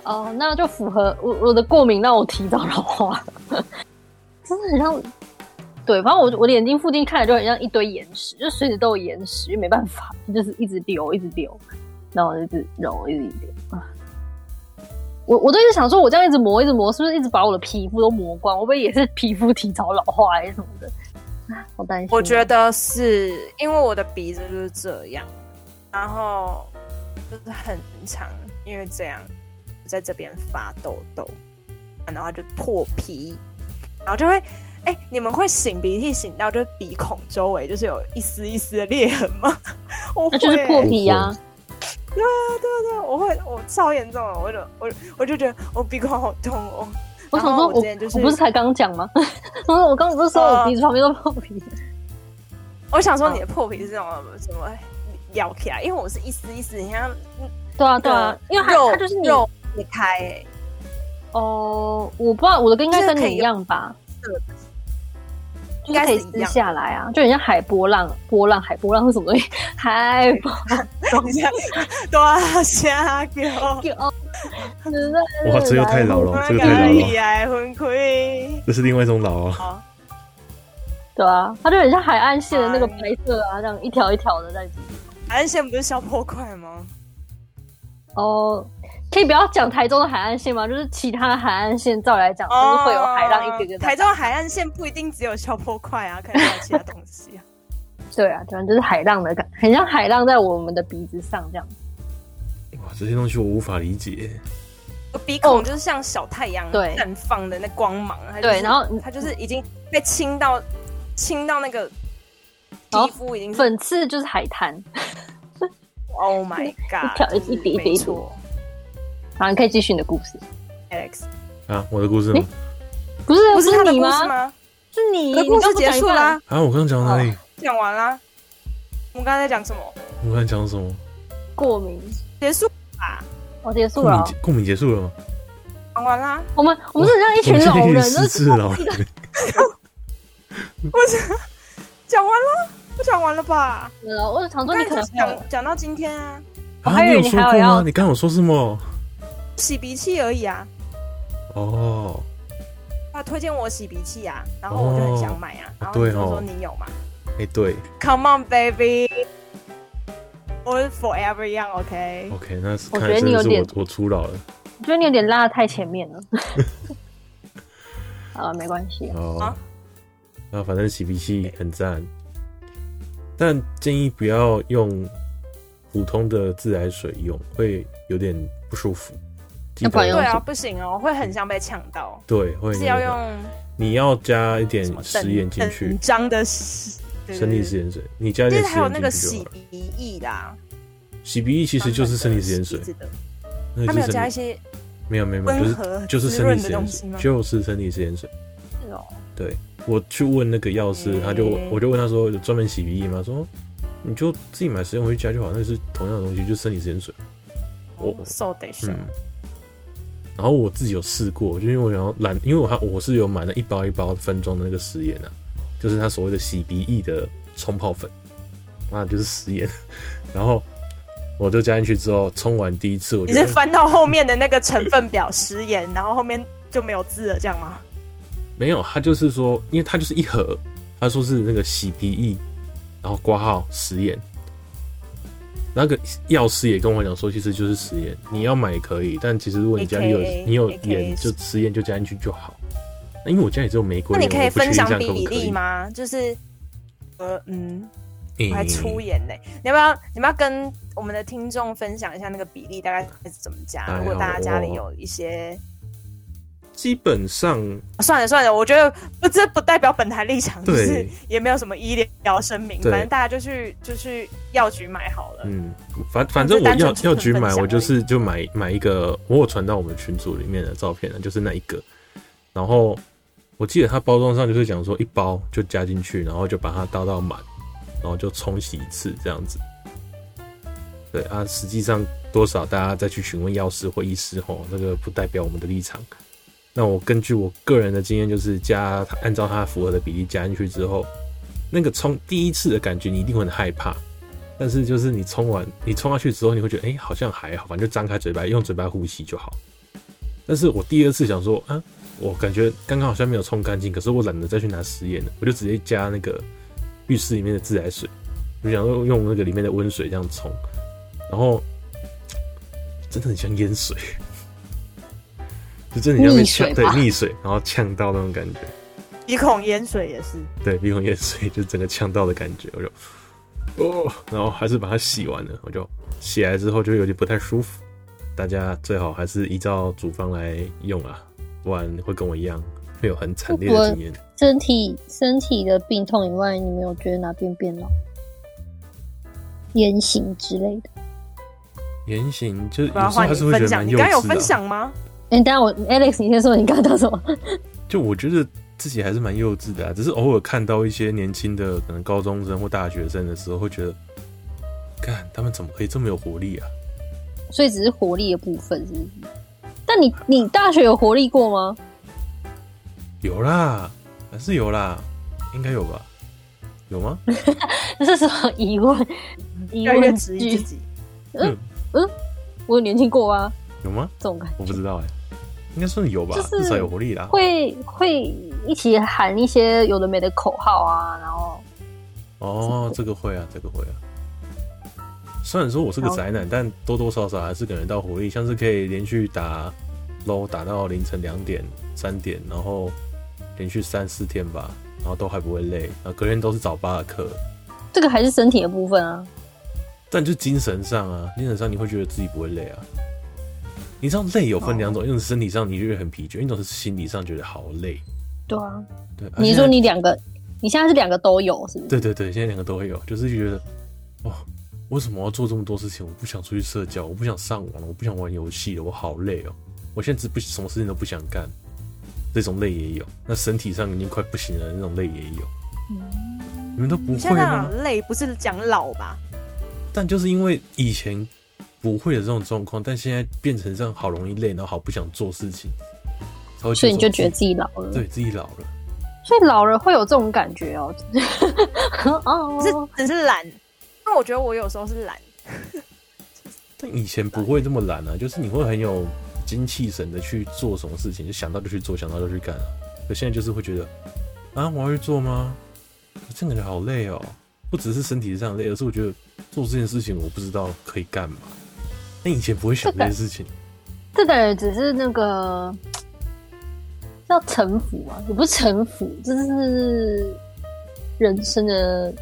Speaker 3: 哦，那就符合我我的过敏让我提早老化， 真的很像。对，反正我我的眼睛附近看着就很像一堆眼屎，就随时都有眼屎，因为没办法，就是一直流，一直流，然后我就一直揉，一直流啊。我我都一直想说，我这样一直磨，一直磨，是不是一直把我的皮肤都磨光？会不会也是皮肤提早老化还是什么的？啊好担心。
Speaker 1: 我觉得是因为我的鼻子就是这样，然后就是很长，因为这样我在这边发痘痘，然后就破皮，然后就会，哎、你们会擤鼻涕擤到就是鼻孔周围就是有一丝一丝的裂痕吗？ 我会、
Speaker 3: 那就是破皮啊呀、
Speaker 1: 对啊对，我会，我超严重了，我就我我就觉得我鼻孔好痛哦。
Speaker 3: 我想
Speaker 1: 然后
Speaker 3: 说
Speaker 1: 我
Speaker 3: 我，
Speaker 1: 之
Speaker 3: 我
Speaker 1: 前就是呃
Speaker 3: 不是才刚讲吗？ 我说我刚不是说我鼻子旁边都破皮，
Speaker 1: 我想
Speaker 3: 啊
Speaker 1: 说你的破皮是那种什么哎咬起来，因为我是一丝一丝，你像
Speaker 3: 对啊对啊，因为它
Speaker 1: 肉
Speaker 3: 它就是你
Speaker 1: 肉裂开、欸，
Speaker 3: 哦，我不知道我的跟应该跟
Speaker 1: 就是可以
Speaker 3: 你一样吧，
Speaker 1: 应
Speaker 3: 应
Speaker 1: 该
Speaker 3: 该
Speaker 1: 是
Speaker 3: 可
Speaker 1: 一
Speaker 3: 以
Speaker 1: 样
Speaker 3: 撕下来啊，就很像海波浪，波浪海波浪是什么 东西？海波
Speaker 1: 你像大虾 饺，
Speaker 3: 浪，
Speaker 2: 哇，这又太老了，这个太老了，
Speaker 1: 来分开。
Speaker 2: 这是另外一种老啊。
Speaker 1: 好，
Speaker 3: 对啊，它就很像海岸线的那个白色
Speaker 1: 嗯
Speaker 3: 啊，这样一条一条的在里面。
Speaker 1: 海岸线不是消破块吗？
Speaker 3: 哦，可以不要讲台中的海岸线吗？就是其他海岸线，照理来讲，就是会有海浪一个个
Speaker 1: 哦台
Speaker 3: 的。
Speaker 1: 中海岸线不一定只有消破块啊，可能还有其他东西啊。
Speaker 3: 对啊，对啊，就是海浪的感，很像海浪在我们的鼻子上这样。
Speaker 2: 哇，这些东西我无法理解。
Speaker 1: 我鼻孔就是像小太阳
Speaker 3: 对
Speaker 1: 绽放的那光芒，啊它就是
Speaker 3: 对，然后
Speaker 1: 它就是已经被侵到侵到那个
Speaker 3: 然后
Speaker 1: 皮肤已经是
Speaker 3: 粉刺就是海滩，
Speaker 1: Oh my god！
Speaker 3: 一条一
Speaker 1: 就是
Speaker 3: 一叠一叠
Speaker 1: 没
Speaker 3: 一叠
Speaker 1: 错
Speaker 3: 好，你可以继续你的故事。
Speaker 1: ，Alex，
Speaker 2: 啊，我的故事吗？
Speaker 3: 不是
Speaker 1: 不
Speaker 3: 不
Speaker 1: 是他的
Speaker 3: 你
Speaker 1: 故事？吗？
Speaker 3: 是你，
Speaker 1: 我的故
Speaker 3: 你刚
Speaker 1: 事
Speaker 3: 不
Speaker 1: 结
Speaker 3: 讲一
Speaker 1: 束
Speaker 3: 半
Speaker 1: 啦、。
Speaker 2: 啊，我刚刚讲到哪
Speaker 3: 哦
Speaker 2: 里？
Speaker 1: 讲完啦。我们刚才在讲什么？
Speaker 2: 我刚刚讲到什么？
Speaker 3: 过敏，
Speaker 1: 结束吧，
Speaker 3: 我、结束
Speaker 2: 过
Speaker 3: 了
Speaker 2: 敏
Speaker 3: 哦
Speaker 2: 嗯结。过敏结束了吗？
Speaker 1: 讲完啦。
Speaker 3: 我们我们是很像一
Speaker 2: 我
Speaker 3: 群
Speaker 2: 们现在
Speaker 3: 老
Speaker 2: 有点失智
Speaker 3: 人，都
Speaker 2: 的老人。
Speaker 1: 我讲讲完了，我讲完了吧？
Speaker 3: 是了。我就想
Speaker 2: 哦
Speaker 3: 说
Speaker 1: 刚
Speaker 3: 你
Speaker 1: 才
Speaker 3: 可能
Speaker 1: 就讲讲到今天啊，
Speaker 3: 我
Speaker 2: 啊，
Speaker 3: 还以
Speaker 2: 你
Speaker 3: 为
Speaker 2: 有
Speaker 3: 你
Speaker 2: 说
Speaker 3: 还有
Speaker 2: 过吗
Speaker 3: 要？
Speaker 2: 你刚刚有说什么？
Speaker 1: 洗鼻器而已啊。
Speaker 2: 哦，
Speaker 1: 他推荐我洗鼻器啊，然后我就很想买啊，然后
Speaker 2: 对
Speaker 1: 你就
Speaker 2: 哦
Speaker 1: 说你有吗
Speaker 2: 哎，对
Speaker 1: ？Come on baby，我是 forever young，OK？、
Speaker 2: ，OK，那是
Speaker 3: 我
Speaker 2: 看来
Speaker 3: 觉得
Speaker 2: 真
Speaker 3: 你
Speaker 2: 的
Speaker 3: 有
Speaker 2: 是
Speaker 3: 点
Speaker 2: 我我初老了。
Speaker 3: 我觉得你有点拉的太前面了。 啊，没关系。
Speaker 2: 哦
Speaker 1: 啊，
Speaker 2: 那反正洗鼻器很赞，但建议不要用普通的自来水用，会有点不舒服。记
Speaker 3: 那不然
Speaker 2: 得
Speaker 1: 对
Speaker 3: 用什
Speaker 1: 啊，
Speaker 3: 么
Speaker 1: 不行哦，会很像被呛到，
Speaker 2: 对，会
Speaker 1: 是
Speaker 2: 那
Speaker 1: 要
Speaker 2: 个
Speaker 1: 用
Speaker 2: 你要加一点
Speaker 1: 什么
Speaker 2: 食盐进去
Speaker 1: 很，脏的洗，对
Speaker 2: 生理食盐水，你加一
Speaker 1: 就
Speaker 2: 点
Speaker 1: 是
Speaker 2: 食
Speaker 1: 还有那
Speaker 2: 盐进
Speaker 1: 个
Speaker 2: 去就
Speaker 1: 洗
Speaker 2: 好了。
Speaker 1: 鼻液啦，
Speaker 2: 洗鼻液其实就是生理食盐水
Speaker 1: 版，本的洗鼻子的，
Speaker 2: 那
Speaker 1: 他没有
Speaker 2: 个就是生
Speaker 1: 加一
Speaker 2: 理
Speaker 1: 些
Speaker 2: 没有没有没有，就
Speaker 1: 温
Speaker 2: 是
Speaker 1: 和
Speaker 2: 就是
Speaker 1: 滋
Speaker 2: 生理
Speaker 1: 润
Speaker 2: 食
Speaker 1: 的
Speaker 2: 盐
Speaker 1: 东西
Speaker 2: 水，
Speaker 1: 吗？
Speaker 2: 就是生理食盐水。
Speaker 3: 是哦，
Speaker 2: 对我去问那个药师，他就
Speaker 1: 嗯
Speaker 2: 我就问他说有专门洗鼻液吗？说你就自己买食盐回去加就好，那是同样的东西，就是生理食盐水。我
Speaker 1: 受得受
Speaker 2: 嗯。然后我自己有试过，就因为我想要懒，因为我还我是有买了一包一包分装的那个食盐啊，就是它所谓的洗鼻液的冲泡粉，啊，就是食盐。 然后我就加进去之后，冲完第一次，我
Speaker 1: 你
Speaker 2: 觉
Speaker 1: 是
Speaker 2: 得
Speaker 1: 翻到后面的那个成分表食盐，然后后面就没有字了，这样吗？
Speaker 2: 没有，他就是说，因为他就是一盒，他说是那个洗鼻液，然后挂号食盐。那个药师也跟我讲说，其实就是食盐，你要买也可以，但其实如果你家里有
Speaker 1: AKA
Speaker 2: 你有
Speaker 1: AKA
Speaker 2: 盐，就食盐就加进去就好。那因为我家里只有玫瑰，
Speaker 1: 那你可以
Speaker 2: 我不确
Speaker 1: 分
Speaker 2: 定
Speaker 1: 享
Speaker 2: 这样可
Speaker 1: 比
Speaker 2: 不可以
Speaker 1: 例？吗？就是，呃，嗯，
Speaker 2: 嗯
Speaker 1: 我还粗盐呢、你要不要？你要不要跟我们的听众分享一下那个比例大概是怎么加
Speaker 2: 哎？呀
Speaker 1: 如果大家家里有一些，
Speaker 2: 嗯基本上
Speaker 1: 啊算了算了，我觉得不这不代表本台立场，就
Speaker 2: 对
Speaker 1: 是也没有什么医疗声明，
Speaker 2: 对
Speaker 1: 反正大家就去就去药局买好了。
Speaker 2: 嗯，反反正我
Speaker 1: 就
Speaker 2: 药
Speaker 1: 单纯
Speaker 2: 药局买，
Speaker 1: 分享而已
Speaker 2: 我就是就买买一个，我有传到我们群组里面的照片了，啊就是那一个。然后我记得它包装上就是讲说一包就加进去，然后就把它倒到满，然后就冲洗一次这样子。对啊，实际上多少大家再去询问药师或医师吼，那个不代表我们的立场。那我根据我个人的经验，就是加按照它符合的比例加进去之后，那个冲第一次的感觉你一定会很害怕，但是就是你冲完，你冲下去之后，你会觉得哎、诶好像还好，反正就张开嘴巴，用嘴巴呼吸就好。但是我第二次想说，啊，我感觉刚刚好像没有冲干净，可是我懒得再去拿食盐了，我就直接加那个浴室里面的自来水，我想说用那个里面的温水这样冲，然后真的很像淹水， 就真的很像被呛，
Speaker 3: 溺水
Speaker 2: 对
Speaker 3: 吧
Speaker 2: 溺水，然后呛到那种感觉。
Speaker 1: 鼻孔淹水也是，
Speaker 2: 对，鼻孔淹水，就整个呛到的感觉，我就哦，然后还是把它洗完了，我就洗来之后就有点不太舒服。大家最好还是依照组方来用啊，不然会跟我一样会有很惨烈的经验。
Speaker 3: 身体身体的病痛以外，你没有觉得哪边变老？言行之类的。
Speaker 2: 言行就是有
Speaker 1: 我
Speaker 2: 时候
Speaker 1: 要换
Speaker 2: 还
Speaker 1: 你
Speaker 2: 是会
Speaker 1: 分
Speaker 2: 觉得
Speaker 1: 享。
Speaker 2: 蛮
Speaker 1: 你
Speaker 2: 幼
Speaker 1: 刚刚有
Speaker 2: 稚
Speaker 1: 分
Speaker 2: 的啊、
Speaker 1: 享吗？
Speaker 3: 哎、等一下我 Alex，你先说你刚刚到什么？
Speaker 2: 就我觉得自己还是蛮幼稚的啊，只是偶尔看到一些年轻的可能高中生或大学生的时候，会觉得，看他们怎么可以这么有活力啊？
Speaker 3: 所以只是活力的部分，是不是？但你你大学有活力过吗？
Speaker 2: 有啦，还是有啦，应该有吧？有吗？
Speaker 3: 这是什么疑问？疑
Speaker 1: 越来越
Speaker 3: 问
Speaker 1: 质疑自
Speaker 3: 句？
Speaker 1: 己。
Speaker 3: 嗯我有年轻过啊，
Speaker 2: 嗯有吗？
Speaker 3: 这种感
Speaker 2: 我
Speaker 3: 觉
Speaker 2: 不知道哎、应该算有吧，
Speaker 3: 就是
Speaker 2: 至少有活力啦。
Speaker 3: 会会一起喊一些有的没的口号啊，然后
Speaker 2: 哦，这个会啊，这个会啊。虽然说我是个宅男，
Speaker 3: 嗯
Speaker 2: 但多多少少还是感觉到活力，像是可以连续打 low 打到凌晨两点、三点，然后连续三四天吧，然后都还不会累，然后隔天都是早八的课，
Speaker 3: 这个还是身体的部分啊。
Speaker 2: 但就精神上啊，精神上你会觉得自己不会累啊。你知道累有分两
Speaker 3: 哦
Speaker 2: 种，一种是身体上你觉得很疲倦，一种是心理上觉得好累。
Speaker 3: 对啊，
Speaker 2: 对，啊
Speaker 3: 你
Speaker 2: 现
Speaker 3: 说
Speaker 2: 在
Speaker 3: 你两个，你现在是两个都有，是不是？
Speaker 2: 对对对，现在两个都会有，就是觉得，哦，为什么要做这么多事情？我不想出去社交，我不想上网了，我不想玩游戏了，我好累哦，我现在只不什么事情都不想干，这种累也有，那身体上已经快不行了那种累也有，
Speaker 3: 嗯
Speaker 2: 你们都不
Speaker 1: 你
Speaker 2: 会
Speaker 1: 现在
Speaker 2: 吗
Speaker 1: 讲？累不是讲老吧？
Speaker 2: 但就是因为以前不会有这种状况，但现在变成这样，好容易累，然后好不想做事情，才会
Speaker 3: 所以你就
Speaker 2: 说
Speaker 3: 觉得自己老了，
Speaker 2: 对自己老了。
Speaker 3: 所以老了会有这种感觉哦。 哦，
Speaker 1: 是只是懒。那我觉得我有时候是懒，
Speaker 2: 但以前不会这么懒啊，就是你会很有精气神的去做什么事情，就想到就去做，想到就去干啊。可现在就是会觉得，啊，我要去做吗？我真的感觉好累哦，不只是身体上累，而是我觉得做这件事情我不知道可以干嘛。那以前不会想这件 事情，
Speaker 3: 这个人只是那个叫臣服啊，也不是臣服，这是人生的，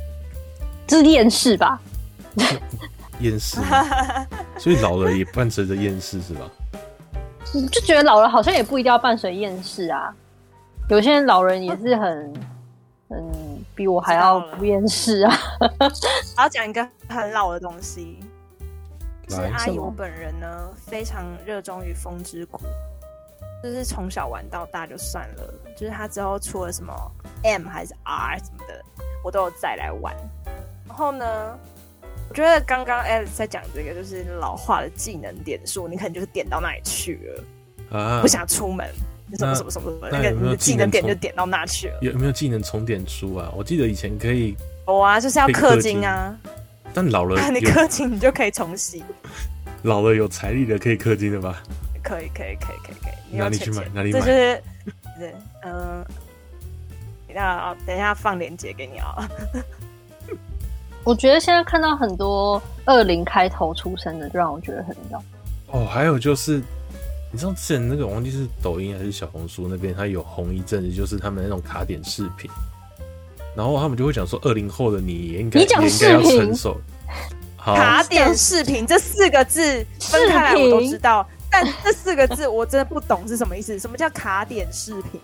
Speaker 3: 这是厌世吧？
Speaker 2: 厌世嘛，所以老了也伴随着厌世是吧？
Speaker 3: 你就觉得老了好像也不一定要伴随厌世啊。有些人老人也是 很，嗯，比我还要不厌世啊。
Speaker 1: 我要讲一个很老的东西，是
Speaker 2: 来，
Speaker 1: 阿
Speaker 3: 什
Speaker 1: 姨，
Speaker 3: 么
Speaker 1: 我本人呢非常热衷于《风之谷》，就是从小玩到大就算了，就是他之后出了什么 M 还是 R 什么的，我都有再来玩。然后呢，我觉得刚刚 Alex 在讲这个就是老化的技能点数，你可能就是点到那里去了，
Speaker 2: 啊
Speaker 1: 不，想出门，什么
Speaker 2: 那
Speaker 1: 什么什么什么，
Speaker 2: 那
Speaker 1: 那个
Speaker 2: 有没
Speaker 1: 你
Speaker 2: 有
Speaker 1: 的
Speaker 2: 技
Speaker 1: 技
Speaker 2: 能
Speaker 1: 能点
Speaker 2: 充
Speaker 1: 就点到那去了。
Speaker 2: 有有没有技能重点书啊？我记得以前可以，
Speaker 1: 有啊，就是要
Speaker 2: 可以氪
Speaker 1: 氪金
Speaker 2: 金
Speaker 1: 啊，
Speaker 2: 但老了
Speaker 1: 你
Speaker 2: 有
Speaker 1: 氪金你就可以重洗。
Speaker 2: 老了有财力的可以氪金的吧？
Speaker 1: 可以可以可以可以可以，你
Speaker 2: 哪
Speaker 1: 有
Speaker 2: 里
Speaker 1: 钱
Speaker 2: 去买
Speaker 1: 钱
Speaker 2: 哪里
Speaker 1: 这
Speaker 2: 买
Speaker 1: 就是， 对，嗯、 那等一下放链接给你啊、
Speaker 3: 我觉得现在看到很多二零开头出生的，就让我觉得很妙。
Speaker 2: 哦，还有就是，你知道之前那个我忘记是抖音还是小红书那边，它有红一阵子，就是他们那种卡点视频，然后他们就会讲说，二零后的你也应该
Speaker 3: 你讲
Speaker 2: 也应该要
Speaker 3: 视频
Speaker 2: 成熟。好，
Speaker 1: 卡点视频这四个字分开来我都知道，但这四个字我真的不懂是什么意思。什么叫卡点视频？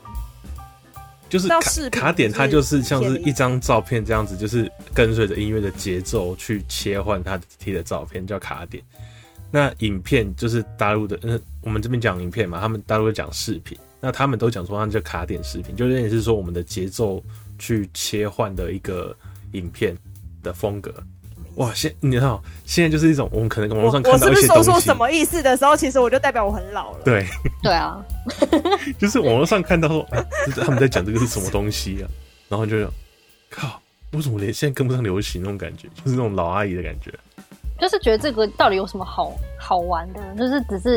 Speaker 2: 就是
Speaker 1: 知道
Speaker 2: 卡
Speaker 1: 视频
Speaker 2: 卡点，它就是像
Speaker 1: 就是是
Speaker 2: 一张照片这样子，就是跟随着音乐的节奏去切换它贴的照片，叫卡点。那影片就是大陆的，嗯，我们这边讲影片嘛，他们大陆会讲视频，那他们都讲说它叫卡点视频，就有点是说我们的节奏去切换的一个影片的风格。哇，现你看哦，现在就是一种我们可能网
Speaker 1: 我
Speaker 2: 络上看
Speaker 1: 我
Speaker 2: 到
Speaker 1: 是
Speaker 2: 一
Speaker 1: 不
Speaker 2: 些
Speaker 1: 是
Speaker 2: 东
Speaker 1: 说
Speaker 2: 西，
Speaker 1: 出什么意思的时候，其实我就代表我很老了？
Speaker 2: 对，
Speaker 3: 对啊，
Speaker 2: 就是网络上看到说，哎，这他们在讲这个是什么东西啊，然后就想靠，为什么连现在跟不上流行那种感觉，就是那种老阿姨的感觉。
Speaker 3: 就是觉得这个到底有什么好好玩的？就是只是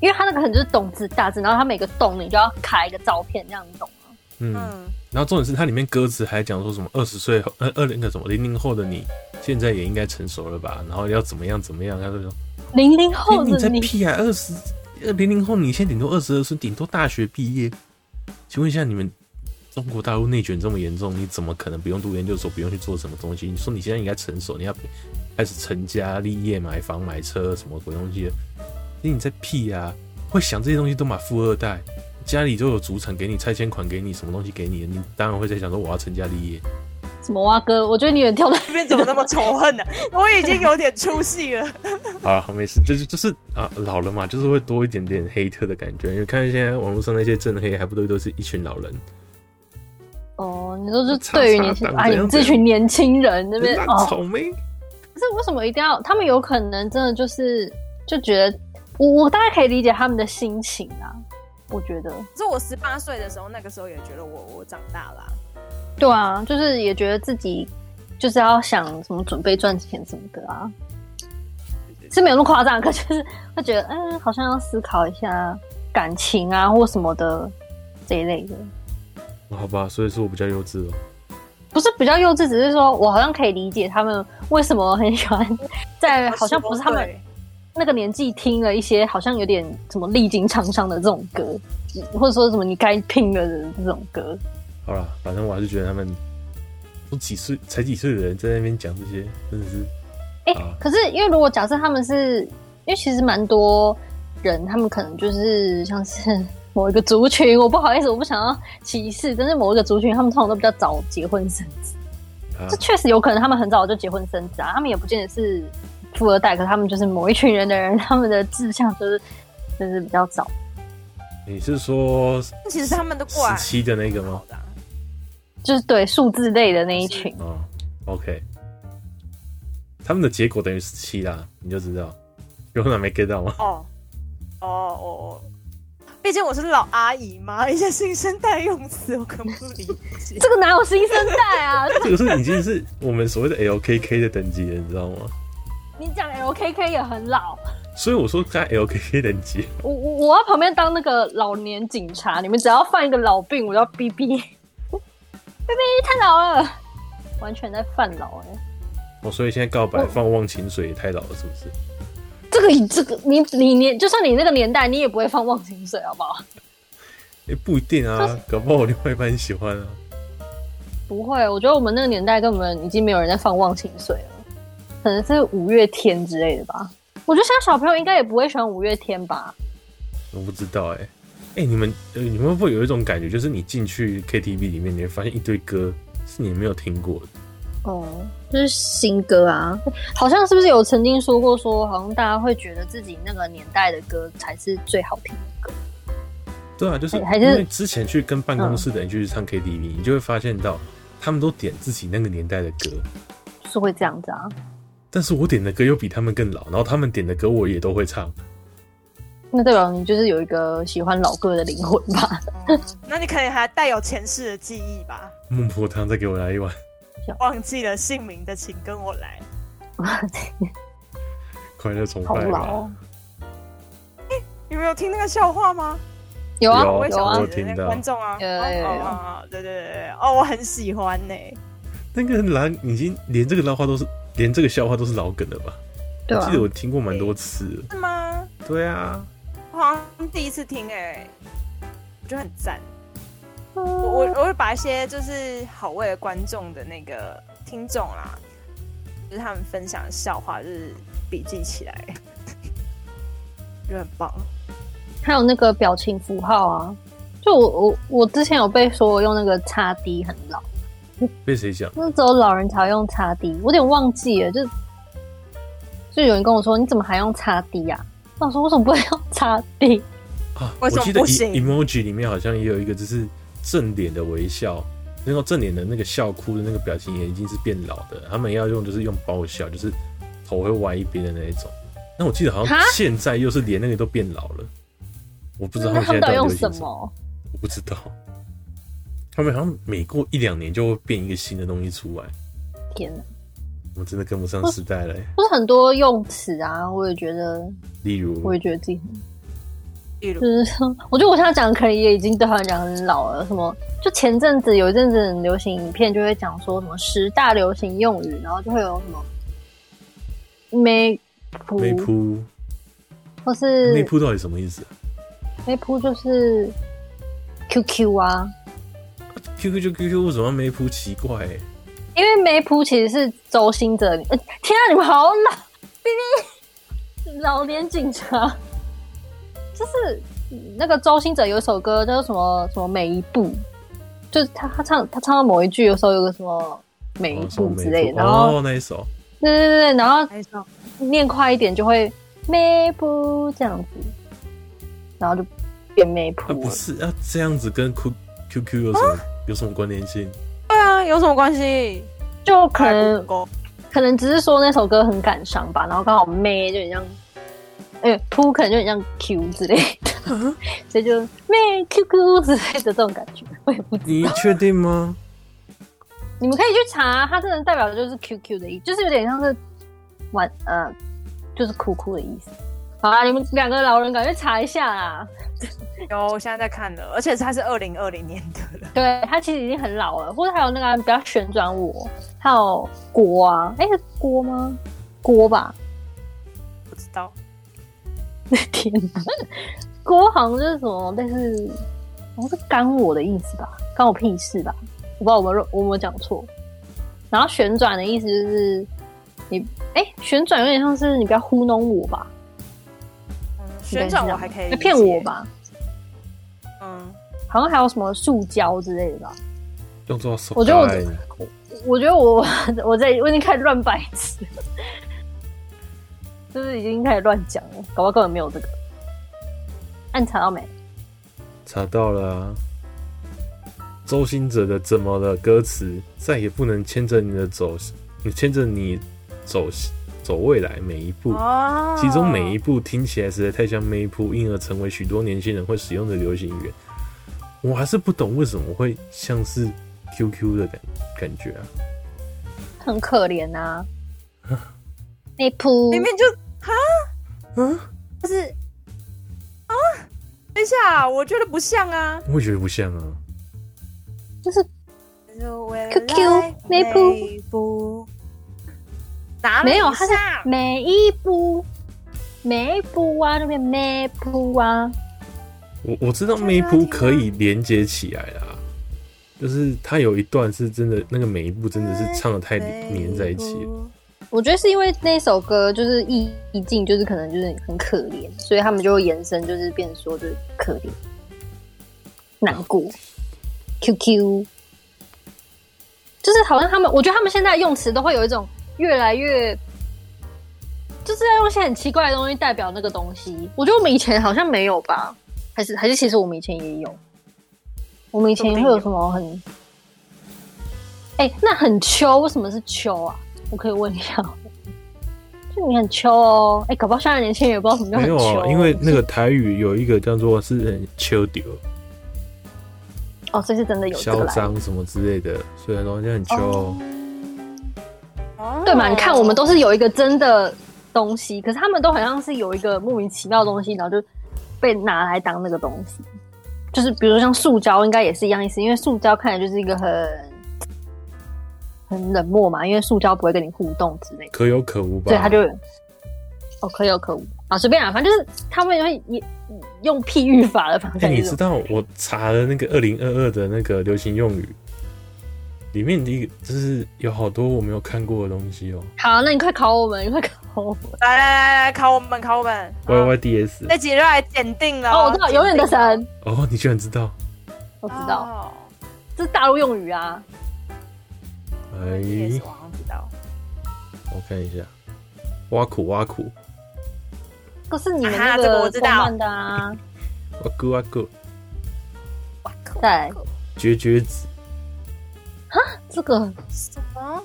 Speaker 3: 因为它那个很就是懂字大字，然后它每个洞你就要卡一个照片，这样你懂吗？
Speaker 2: 嗯，
Speaker 1: 嗯，
Speaker 2: 然后重点是它里面歌词还讲说什么二十岁后，呃，二零个什么零零后的你，现在也应该成熟了吧？然后要怎么样怎么样？他就说，
Speaker 3: 零零后
Speaker 2: 哎你
Speaker 3: 的
Speaker 2: 在
Speaker 3: 你，
Speaker 2: 屁啊，二十零零后，你现在顶多二十二岁，顶多大学毕业。请问一下，你们中国大陆内卷这么严重，你怎么可能不用读研究所，不用去做什么东西？你说你现在应该成熟，你要开始成家立业、买房买车什么鬼东西的？因为你在屁啊！会想这些东西都买富二代，家里都有祖产给你，拆迁款给你，什么东西给你，你当然会在想说我要成家立业。
Speaker 3: 什么蛙哥？我觉得你有点跳到
Speaker 1: 这边怎么那么仇恨呢、啊 我已经有点出戏了。
Speaker 2: 啊，没事，就是就是啊，老了嘛，就是会多一点点黑特的感觉。因为看现在网络上那些正黑，还不都都是一群老人？
Speaker 3: 哦，你说就是对于年轻
Speaker 2: 叉叉
Speaker 3: 人，
Speaker 2: 党怎
Speaker 3: 哎，你
Speaker 2: 样
Speaker 3: 们这群年轻人那边
Speaker 2: 烂
Speaker 3: 哦，
Speaker 2: 草莓，
Speaker 3: 可是为什么一定要？他们有可能真的就是就觉得，我我大概可以理解他们的心情啊。我觉得，
Speaker 1: 可是我十八岁的时候，那个时候也觉得我我长大了啊、
Speaker 3: 对啊，就是也觉得自己就是要想什么准备赚钱什么的啊，是没有那么夸张，可就是会觉得，嗯，好像要思考一下感情啊或什么的这一类的，
Speaker 2: 好吧，所以说我比较幼稚哦。
Speaker 3: 不是比较幼稚，只是说我好像可以理解他们为什么很喜欢在
Speaker 1: 哎
Speaker 3: 好像不是他们
Speaker 2: 哦
Speaker 1: 对
Speaker 3: 那个年纪听了一些好像有点什么历经沧桑的这种歌，或者说什么你该拼了的这种歌，
Speaker 2: 好啦，反正我还是觉得他们都几岁才几岁的人在那边讲这些，真的是
Speaker 3: 哎、
Speaker 2: 啊
Speaker 3: 可是因为如果假设他们是，因为其实蛮多人，他们可能就是像是某一个族群，我不好意思，我不想要歧视，但是某一个族群，他们通常都比较早结婚生子，
Speaker 2: 啊
Speaker 3: 这，确实有可能他们很早就结婚生子啊，他们也不见得是富二代，可他们就是某一群人的人，他们的志向就是就是比较早，
Speaker 2: 你是说
Speaker 1: 那其实他们都过来
Speaker 2: 十七的那个吗
Speaker 1: 好？的啊、
Speaker 3: 就是对数字类的那一群，
Speaker 2: 哦，OK，他们的结果等于十七啦，你就知道。有哪没 get 到吗？
Speaker 1: 哦，哦哦哦，毕竟我是老阿姨嘛，一些新生代用词我可不理 解。
Speaker 3: 这个哪有新生代啊？
Speaker 2: 这个是已经是我们所谓的 LKK 的等级了，你知道吗？
Speaker 3: 你讲 LKK 也很老。
Speaker 2: 所以我说在 LKK 等级，
Speaker 3: 我我我要旁边当那个老年警察，你们只要犯一个老病，我就要逼逼， 逼逼太老了，完全在犯老哎、
Speaker 2: 哦，所以现在告白放忘情水也太老了，是不是？
Speaker 3: 这个这个，你你年就算你那个年代，你也不会放忘情水，好不好？
Speaker 2: 也、不一定啊，搞不好我另外一半喜欢啊。
Speaker 3: 不会，我觉得我们那个年代根本已经没有人在放忘情水了，可能是五月天之类的吧。我觉得现在小朋友应该也不会喜欢五月天吧？
Speaker 2: 我不知道哎、欸，哎、你们呃，你们会不会有一种感觉，就是你进去 KTV 里面，你会发现一堆歌是你没有听过的？
Speaker 3: 哦、就是新歌啊，好像是不是有曾经说过说好像大家会觉得自己那个年代的歌才是最好听的歌。
Speaker 2: 对啊，就是
Speaker 3: 还还
Speaker 2: 因
Speaker 3: 是嗯
Speaker 2: 为之前去跟办公室的人去唱 KTV，、你就会发现到他们都点自己那个年代的歌，
Speaker 3: 是会这样子啊。
Speaker 2: 但是我点的歌又比他们更老，然后他们点的歌我也都会唱。
Speaker 3: 那代表你就是有一个喜欢老歌的灵魂吧？
Speaker 2: 哦
Speaker 1: 嗯那你可能还带有前世的记忆吧，
Speaker 2: 孟婆汤再给我来一碗，
Speaker 1: 忘记了姓名的请跟我来。
Speaker 2: 快乐崇
Speaker 3: 好
Speaker 2: 拜
Speaker 3: 老
Speaker 2: 吧
Speaker 3: 哦。
Speaker 1: 你你们有听那个笑话吗？
Speaker 3: 有啊
Speaker 2: 哦有
Speaker 1: 我也
Speaker 3: 有
Speaker 1: 想
Speaker 3: 啊
Speaker 2: 我
Speaker 1: 问
Speaker 2: 有听到
Speaker 1: 观众啊，
Speaker 3: 有
Speaker 1: 哦
Speaker 3: 有有
Speaker 1: 哦哦哦对对对对，哦，我很喜欢呢、
Speaker 2: 那个老已经连这个老话都是，连这个笑话都是老梗了吧？
Speaker 3: 对
Speaker 2: 我
Speaker 3: 啊
Speaker 2: 记，得我听过蛮多次了。
Speaker 1: 是吗？
Speaker 2: 对啊，
Speaker 1: 我好像第一次听哎、我觉得很赞。
Speaker 3: 啊
Speaker 1: 我我我会把一些就是好味的观众的那个听众啦，就是他们分享的笑话，就是笔记起来， 我觉得很棒。
Speaker 3: 还有那个表情符号啊，就我我我之前有被说我用那个叉 D 很老，
Speaker 2: 被谁讲？
Speaker 3: 那只有老人才会用叉 D，我有点忘记了，就就有人跟我说你怎么还用叉 D 呀、啊？那我说为什么不会用叉 D？
Speaker 2: 啊，我
Speaker 1: 为什么
Speaker 2: 记得
Speaker 1: 不行
Speaker 2: e- emoji 里面好像也有一个，就是正脸的微笑，然后正脸的那个笑哭的那个表情也已经是变老的，他们要用就是用爆笑，就是头会歪一边的那一种。那我记得好像
Speaker 3: 哈
Speaker 2: 现在又是连那个都变老了，我不知道他
Speaker 3: 嗯那
Speaker 2: 们
Speaker 3: 他
Speaker 2: 现在
Speaker 3: 们到
Speaker 2: 到
Speaker 3: 底用
Speaker 2: 底流
Speaker 3: 什
Speaker 2: 行什么，
Speaker 3: 么？
Speaker 2: 我不知道。他们好像每过一两年就会变一个新的东西出来，
Speaker 3: 天哪，
Speaker 2: 我们真的跟不上时代了欸。
Speaker 3: 不是很多用词啊，我也觉得，
Speaker 2: 例如，
Speaker 3: 我也觉得自己很
Speaker 1: 例如
Speaker 3: 就，是 说，我觉得我现在讲的可能也已经对他们讲很老了。什么？就前阵子有一阵子很流行影片，就会讲说什么十大流行用语，然后就会有什么没铺，
Speaker 2: 内铺，
Speaker 3: 或是
Speaker 2: 内铺到底什么意思啊
Speaker 3: 没铺就是 QQ 啊，
Speaker 2: ？QQ 就 QQ，为什么要没铺？奇怪欸、
Speaker 3: 因为没铺其实是周星哲。呃天啊，你们好老，哔哔，老年警察，就是那个周星哲有一首歌叫做什么什么每一步，就是他他唱他唱到某一句，有时候有个什么每一
Speaker 2: 哦什么
Speaker 3: 步
Speaker 2: 每
Speaker 3: 之类
Speaker 2: 一
Speaker 3: 的，
Speaker 2: 部
Speaker 3: 然后
Speaker 2: 哦那一首，
Speaker 3: 对对对，对然后
Speaker 1: 还有
Speaker 3: 念快一点就会每步这样子，然后就变没
Speaker 2: 啊
Speaker 3: 铺
Speaker 2: 不
Speaker 3: 了。
Speaker 2: 是啊，这样子跟 Q Q Q 有什
Speaker 3: 啊
Speaker 2: 么、有什么关联性？
Speaker 1: 对啊，有什么关系？
Speaker 3: 就可
Speaker 2: 哎
Speaker 3: 能
Speaker 1: 狗
Speaker 3: 可能只是说那首歌很感伤吧，然后刚好妹就很像，哎、扑可能就很像 Q 之类的， 所以就妹 QQ 之类的这种感觉， 我也不知
Speaker 2: 你确定 吗？
Speaker 3: 你们可以去查，它真的代表的就是 QQ 的意思，就是有点像是玩呃，就是哭哭的意思。好啊，你们两个老人赶快查一下啦。
Speaker 1: 有，我现在在看了，而且它是二零二零年的了。
Speaker 3: 对，它其实已经很老了，或者还有那个啊、不要旋转我，还有锅啊，哎、是锅吗？锅吧，
Speaker 1: 不知道，
Speaker 3: 天哪，郭好像就是什么，但是好像是干我的意思吧，干我屁事吧，我不知道我有没有我有没有讲错。然后旋转的意思就是你，哎、旋转有点像是你不要糊弄我吧，
Speaker 1: 嗯，旋转我还可以
Speaker 3: 啊你
Speaker 1: 理解
Speaker 3: 骗我？吧，
Speaker 1: 嗯，
Speaker 3: 好像还有什么塑胶之类的吧。
Speaker 2: 用做手，
Speaker 3: 我觉得我
Speaker 2: 哎
Speaker 3: 我觉得我我在我已经开始乱掰词，就是已经开始乱讲了，搞不好根本没有这个。暗查到没？
Speaker 2: 查到了啊。周星哲的《怎么了》歌词，再也不能牵着你的走，你牵着你走走未来每一步。
Speaker 1: 哦，
Speaker 2: 其中每一步听起来实在太像 m a p 因而成为许多年轻人会使用的流行语言。我还是不懂为什么会像是 QQ 的感感觉啊！
Speaker 3: 很可怜呐、那铺
Speaker 1: 明明就哈，
Speaker 2: 嗯，
Speaker 1: 就是啊，等一下，我觉得不像啊。
Speaker 2: 我也觉得不像啊。
Speaker 3: 就是内部
Speaker 1: 内部，哪里
Speaker 3: 没有，它是
Speaker 1: 像
Speaker 3: 每一步，每一步啊，那边每步啊，
Speaker 2: 我我知道
Speaker 1: 对
Speaker 2: m
Speaker 1: 啊
Speaker 2: a 可以连接起来啦，就是它有一段是真的，那个每一步真的是唱的太粘在一起了。。
Speaker 3: 我觉得是因为那首歌就是意意境，就是可能就是很可怜，所以他们就会延伸，就是变成说就是可怜、难过、QQ，就是好像他们，我觉得他们现在用词都会有一种越来越，就是要用一些很奇怪的东西代表那个东西。我觉得我们以前好像没有吧，还是还是其实我们以前也有，我们以前会有什么很，哎、那很秋，为什么是秋啊？我可以问一下吗。就你很秋哦，哎、搞不好现在年轻人也不知道什么叫
Speaker 2: 没
Speaker 3: 很
Speaker 2: 有
Speaker 3: 秋、哦
Speaker 2: 啊，因为那个台语有一个叫做是很秋丢、
Speaker 3: 哦，这是真的有这
Speaker 2: 嚣
Speaker 3: 个来
Speaker 2: 张什么之类的，所以说现在很秋哦。
Speaker 1: 哦
Speaker 3: 对嘛？你看，我们都是有一个真的东西，可是他们都好像是有一个莫名其妙的东西，然后就被拿来当那个东西。就是比如像塑胶，应该也是一样意思，因为塑胶看起来就是一个很很冷漠嘛，因为塑胶不会跟你互动之类的，
Speaker 2: 可有可无吧。
Speaker 3: 所以他就哦可有可无啊，随便啦，反正就是他们会也用譬喻法的方式
Speaker 2: 哎、
Speaker 3: 来
Speaker 2: 你
Speaker 3: 用。
Speaker 2: 知道我查了那个二零二二的那个流行用语，里面的一个就是有好多我没有看过的东西哦、
Speaker 3: 好，那你快考我们，你快考我们。
Speaker 1: 来来来来，考我们，考我们。
Speaker 2: Y
Speaker 1: 啊
Speaker 2: Y D S，
Speaker 1: 那几热来检定了
Speaker 3: 哦，我知道，永远的，
Speaker 1: 检
Speaker 3: 神，
Speaker 2: 哦，你居然知道？
Speaker 3: 我知
Speaker 1: 定
Speaker 3: 道，
Speaker 1: 哦
Speaker 3: 这是大陆用语啊。
Speaker 2: 哎，
Speaker 1: 也是我好像知道。
Speaker 2: 我看一下，挖苦挖苦，
Speaker 3: 可是你们
Speaker 1: 啊
Speaker 3: 那
Speaker 1: 这个我知道
Speaker 3: 动漫的啊，
Speaker 2: 挖哥挖哥，
Speaker 1: 哇靠
Speaker 3: 对
Speaker 2: 绝绝子，
Speaker 3: 这个
Speaker 1: 什么？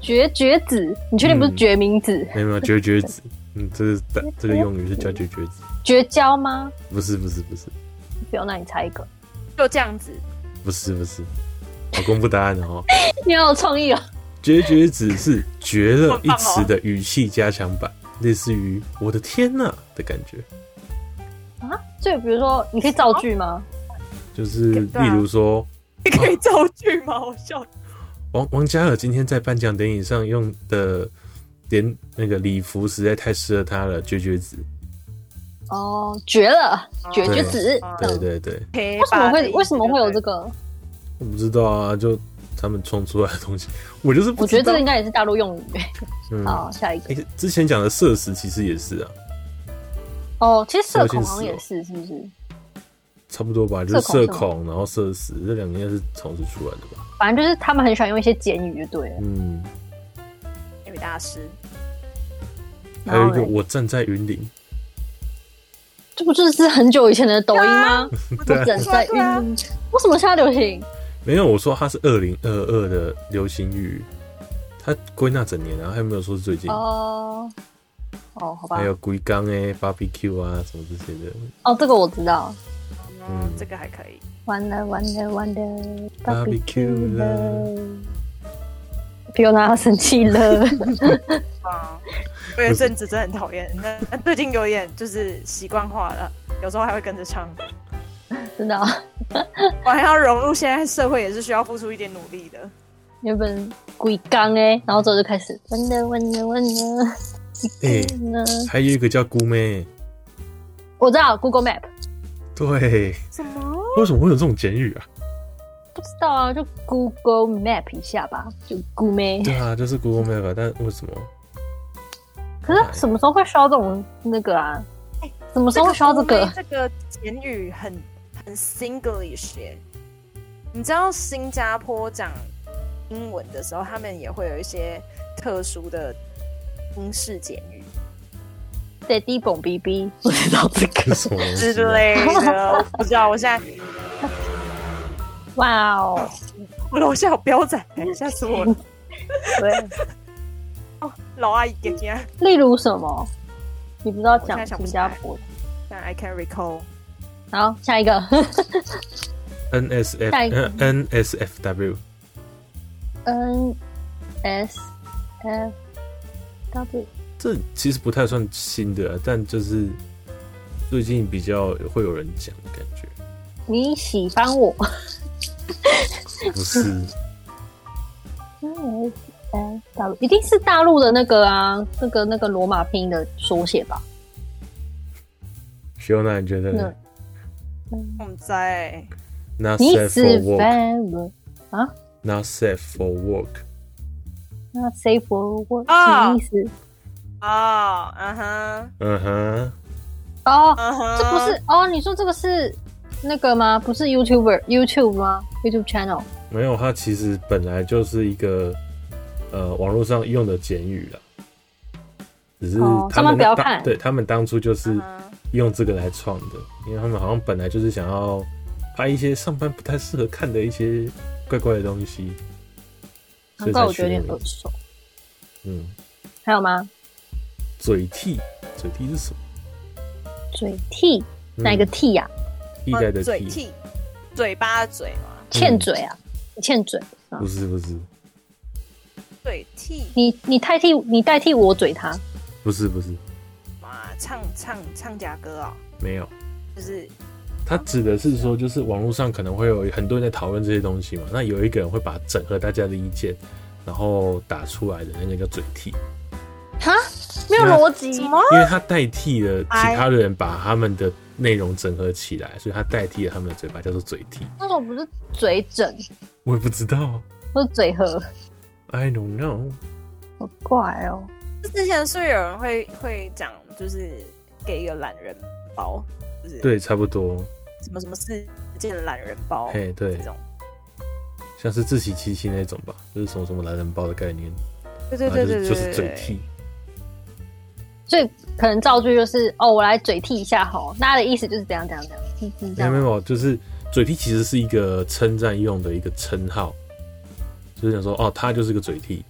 Speaker 3: 绝绝子，你确定不是
Speaker 2: 嗯
Speaker 3: 决明子？
Speaker 2: 没有没有绝绝子，嗯，这是这个用语是叫绝绝子，
Speaker 3: 绝交吗？
Speaker 2: 不是不是不是
Speaker 3: 不用，那你猜一个。
Speaker 1: 就这样子，
Speaker 2: 不是不是，我公布答案了哦。
Speaker 3: 你好有创意哦。
Speaker 2: 绝绝子是绝了一
Speaker 1: 好棒哦
Speaker 2: 词的语气加强版，类似于“我的天呐”的感觉，
Speaker 3: 啊，所以比如说，你可以造句吗？
Speaker 2: 就是
Speaker 1: 对啊
Speaker 2: 例如说，
Speaker 1: 你可以造句吗？我笑。
Speaker 2: 王王嘉尔今天在颁奖典礼上用的连那个礼服实在太适合他了，绝绝子。
Speaker 3: 哦，绝了，绝绝子。这
Speaker 2: 对
Speaker 3: 样
Speaker 2: 对对，
Speaker 1: 为
Speaker 3: 为什么会为什么会有这？个？
Speaker 2: 我不知道啊，就他们冲出来的东西， 我就是不
Speaker 3: 我觉
Speaker 2: 知
Speaker 3: 得这
Speaker 2: 道。
Speaker 3: 个应该也是大陆用语。
Speaker 2: 嗯，
Speaker 3: 好，下一个。
Speaker 2: 哎、之前讲的社死其实也是啊，
Speaker 3: 哦，其实社恐
Speaker 2: 要先
Speaker 3: 好像
Speaker 2: 死
Speaker 3: 也
Speaker 2: 哦
Speaker 3: 是，是不是？
Speaker 2: 差不多吧，就是社
Speaker 3: 社恐
Speaker 2: 恐，然后社死这两个应该是同时出来的吧。
Speaker 3: 反正就是他们很喜欢用一些简语，就对了。
Speaker 2: 嗯，
Speaker 1: 英语大师，
Speaker 2: 还有一个
Speaker 3: 然后嘞
Speaker 2: 我站在云顶，
Speaker 3: 这不就是很久以前的抖音吗？
Speaker 2: 对啊
Speaker 3: 我整在
Speaker 1: 对啊
Speaker 3: 晕。为什么现在流行？
Speaker 2: 没有，我说它是二零二二的流行语，它归纳整年啊，还没有说是最近。
Speaker 3: 哦，哦，好吧
Speaker 2: 还。有龟缸哎、barbecue 啊，什么这些的。
Speaker 3: 哦，这个我知道。
Speaker 1: 嗯，这个还可以。
Speaker 3: 完了完了完了
Speaker 2: Barbecue 了。
Speaker 3: Fiona 要生气了，
Speaker 1: 啊，我有一阵子真的很讨厌，那那最近有点就是习惯化了，有时候还会跟着唱。
Speaker 3: 真的啊、
Speaker 1: 我还要融入现在社会，也是需要付出一点努力的。
Speaker 3: 原本鬼刚哎，然后之后就开始完了完了完了，
Speaker 2: 哎、
Speaker 3: 完了
Speaker 2: 还有一个叫姑妹，
Speaker 3: 我知道 Google Map，
Speaker 2: 对，
Speaker 1: 什么？
Speaker 2: 为什么会有这种简语啊？
Speaker 3: 不知道啊，就 Google Map 一下吧，就 Google Map。
Speaker 2: 对啊，就是 Google Map，啊但为什么？
Speaker 3: 可是什么时候会需要这种那个啊
Speaker 1: 哎？
Speaker 3: 什么时候会需要这个？
Speaker 1: 这个简语很很 Singlish 耶。你知道新加坡讲英文的时候，他们也会有一些特殊的英式简语
Speaker 3: 对，第一蹦 BB，不知道这
Speaker 2: 是
Speaker 3: 个。
Speaker 2: 什么东西
Speaker 1: 之
Speaker 2: 啊、
Speaker 1: 类的，我不知道。我现在
Speaker 3: 哇哦，
Speaker 1: 我楼下有彪仔，吓死 我了！
Speaker 3: 对，
Speaker 1: 老阿姨给啊，
Speaker 3: 例如什么？你不知道
Speaker 1: 我现在
Speaker 3: 讲
Speaker 1: 想
Speaker 3: 新
Speaker 1: 不起
Speaker 3: 加
Speaker 1: 来
Speaker 3: 坡的。
Speaker 1: 但 I can recall
Speaker 3: 好，下一个。
Speaker 2: NSF
Speaker 3: 下一个
Speaker 2: 呃 NSFW
Speaker 3: N S F W
Speaker 2: 这其实不太算新的啊，但就是最近比较会有人讲的感 觉，
Speaker 3: 你喜欢我
Speaker 2: 不是？
Speaker 3: ？N S F W 一定是大陆的那个啊，那个那个罗马拼音的缩写吧？
Speaker 2: 徐欧娜，你觉得
Speaker 3: 那
Speaker 2: 呢
Speaker 1: 我们在
Speaker 2: ？Not
Speaker 3: 嗯你
Speaker 2: safe
Speaker 3: 喜
Speaker 2: for work,
Speaker 3: 欢我
Speaker 2: not safe for work。
Speaker 3: 那 say for what
Speaker 1: 啊
Speaker 3: 什么意思？
Speaker 1: 哦，嗯哼，
Speaker 2: 嗯哼，
Speaker 3: 哦，
Speaker 1: 嗯哼，
Speaker 3: 这不是
Speaker 2: 啊
Speaker 3: 哦？你说这个是那个吗？不是 YouTuber YouTube 吗？YouTube channel
Speaker 2: 没有，它其实本来就是一个呃网络上用的简语啦，只是
Speaker 3: 哦
Speaker 2: 他
Speaker 3: 上班
Speaker 2: 们
Speaker 3: 不要
Speaker 2: 当
Speaker 3: 看
Speaker 2: 对他们当初就是
Speaker 1: 嗯哼
Speaker 2: 用这个来创的，因为他们好像本来就是想要拍一些上班不太适合看的一些怪怪的东西，所
Speaker 3: 难
Speaker 2: 以
Speaker 3: 怪
Speaker 2: 才
Speaker 3: 我觉得有
Speaker 2: 取
Speaker 3: 点
Speaker 2: 名
Speaker 3: 耳熟。
Speaker 2: 嗯，
Speaker 3: 还有吗？
Speaker 2: 嘴替，嘴替是什么？
Speaker 3: 嘴替哪一个
Speaker 2: 嗯
Speaker 3: 替呀？
Speaker 2: 替代的
Speaker 1: 哦嘴
Speaker 2: 替？
Speaker 1: 替，嘴巴的嘴嘛，
Speaker 3: 欠嘴啊，你欠嘴啊
Speaker 2: 不。是不是
Speaker 1: 嘴替
Speaker 3: 你你代替你代替我嘴他，
Speaker 2: 不是不是，
Speaker 1: 嘛，唱唱唱假歌哦，
Speaker 2: 没有
Speaker 1: 就是
Speaker 2: 他指的是说，就是网络上可能会有很多人在讨论这些东西嘛，那有一个人会把整合大家的意见，然后打出来的那个叫嘴替，
Speaker 3: 哈，没有逻辑
Speaker 1: 什，么
Speaker 2: 因为他代替了其他的人把他们的内容整合起来，所以他代替了他们的嘴巴，叫做嘴替。
Speaker 3: 那种不是嘴整，
Speaker 2: 我也不知道
Speaker 3: 不是嘴合，
Speaker 2: ，I don't know。
Speaker 3: 好怪哦。
Speaker 1: 之前是不是有人会会讲，就是给一个懒人包，就是
Speaker 2: 对，差不多，
Speaker 1: 什么什么事件懒人包
Speaker 2: 嘿，对
Speaker 1: 这，种，
Speaker 2: 像是自欺欺欺那种吧，就是什么什么懒人包的概念，
Speaker 1: 对对
Speaker 2: 然后
Speaker 1: 对
Speaker 2: 啊就
Speaker 1: 对对，
Speaker 2: 是就是
Speaker 1: 对
Speaker 2: 嘴替。
Speaker 3: 所以可能造句就是哦，我来嘴替一下好，那他的意思就是怎样怎样怎样，是是
Speaker 2: 没有
Speaker 3: 这
Speaker 1: 啊
Speaker 3: 样
Speaker 2: 没
Speaker 3: 吗。
Speaker 2: 有，就是嘴替其实是一个称赞用的一个称号，就是想说哦，他就是个嘴替，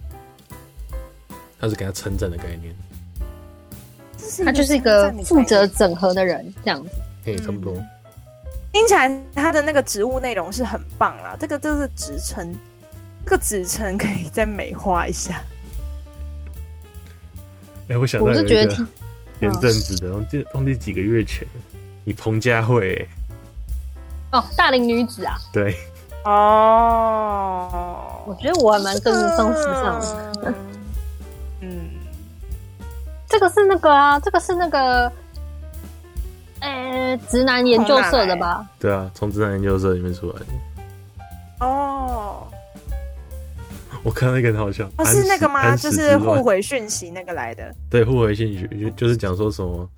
Speaker 2: 他是给他称赞的概念，
Speaker 1: 这是
Speaker 3: 他就是一个负责整合的人，这样子。
Speaker 2: 嘿，差不多。
Speaker 1: 嗯听起来他的那个职务内容是很棒啦，这个这是职称，这个职称可以再美化一下。
Speaker 2: 哎、我想到
Speaker 3: 我是
Speaker 2: 有一
Speaker 3: 觉得
Speaker 2: 个
Speaker 3: 挺
Speaker 2: 前
Speaker 1: 嗯
Speaker 2: 阵子的，忘记忘记几个月前，你彭佳慧、
Speaker 3: 哦，大龄女子啊，
Speaker 2: 对，
Speaker 1: 哦，
Speaker 3: 我觉得我还蛮跟得上时尚的。
Speaker 1: 嗯。嗯，
Speaker 3: 这个是那个啊，这个是那个，呃，直男研究社的吧？
Speaker 2: 对啊，从直男研究社里面出来的。
Speaker 1: 哦，
Speaker 2: 我看到一个很好笑，
Speaker 1: 哦是那个吗？
Speaker 2: 安史
Speaker 1: 就
Speaker 2: 安史
Speaker 1: 是
Speaker 2: 之乱
Speaker 1: 互回讯息那个来的。
Speaker 2: 对互为兴趣，就就是讲说什么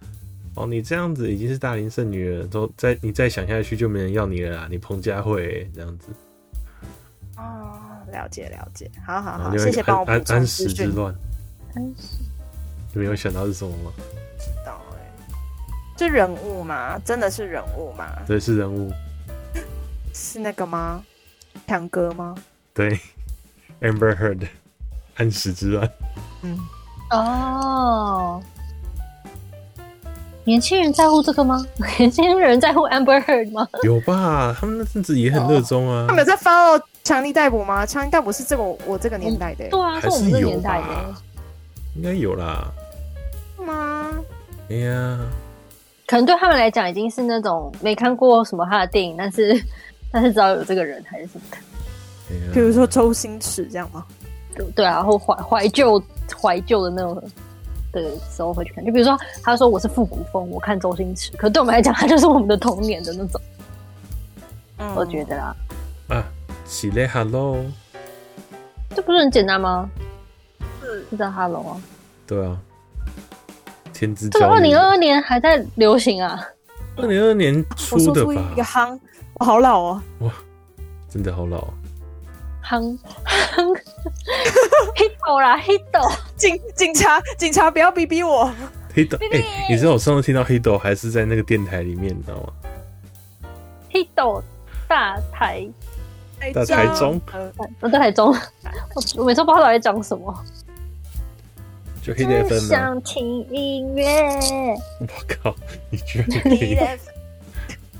Speaker 2: 哦，你这样子已经是大龄剩女了，都再你再想下去就没人要你了啦，你彭佳慧、这样子，
Speaker 1: 哦，了解了解，好好
Speaker 2: 然后
Speaker 1: 好，
Speaker 2: 啊另
Speaker 1: 啊谢
Speaker 2: 外一个
Speaker 1: 谢帮我补
Speaker 2: 安安
Speaker 1: 充
Speaker 2: 安
Speaker 1: 资
Speaker 2: 史之
Speaker 1: 讯。
Speaker 2: 乱，
Speaker 3: 安史
Speaker 2: 你们有想到是什么吗？
Speaker 1: 到欸是人物吗？真的是人物吗？
Speaker 2: 对，是人物，
Speaker 1: 是那个吗？强哥吗？
Speaker 2: 对，Amber Heard，安 史之乱，
Speaker 1: 嗯，
Speaker 3: 哦，年轻人在乎这个吗？ 年轻人在乎 Amber Heard 吗？
Speaker 2: 有吧？他们那阵子也很热衷啊
Speaker 1: 他，们有在 follow 强力逮捕吗？强力逮捕是这个我我这个年代的欸
Speaker 3: 对啊，
Speaker 2: 还
Speaker 3: 是我们
Speaker 2: 是
Speaker 3: 这个
Speaker 2: 有
Speaker 3: 年代的
Speaker 2: 吧，，应该有啦。
Speaker 1: 是吗？
Speaker 2: 哎呀，
Speaker 3: 可能对他们来讲已经是那种没看过什么他的电影，但是 但是只要有这个人还是什么看，
Speaker 2: 哎呀
Speaker 1: 比如说周星驰这样吗？
Speaker 3: 对啊，然后怀怀旧怀旧的那种。的时候会去看，就比如说他说我是复古风，我看周星驰，可对我们来讲，他就是我们的童年的那种，
Speaker 1: 嗯
Speaker 3: 我觉得啦。
Speaker 2: 啊，起来 Hello，
Speaker 3: 这不是很简单吗？
Speaker 1: 是
Speaker 3: 是叫 Hello 啊，
Speaker 2: 对啊，天之
Speaker 3: 这个
Speaker 2: 骄
Speaker 3: 二
Speaker 2: 女
Speaker 3: 零二二年还在流行啊，
Speaker 2: 二零二年
Speaker 1: 我
Speaker 2: 出
Speaker 1: 说
Speaker 2: 的
Speaker 1: 出一个
Speaker 2: 吧，
Speaker 1: 夯，我好老哦。
Speaker 2: 真的好老。啊
Speaker 3: 夯夯 hit 啦 hit，
Speaker 1: 警警察警察不要逼逼我，
Speaker 2: 黑豆，
Speaker 3: 哔哔
Speaker 2: 哎、你知道我上次听到黑豆还是在那个电台里面，你知道吗？
Speaker 3: hit 大台，
Speaker 2: 到台中
Speaker 1: 呃
Speaker 3: 我在台中，我我每次不知道到底在讲什么，
Speaker 2: 就黑的
Speaker 3: 只
Speaker 2: FM 啊！
Speaker 3: 想听音乐。
Speaker 2: 我靠，你居然可 以！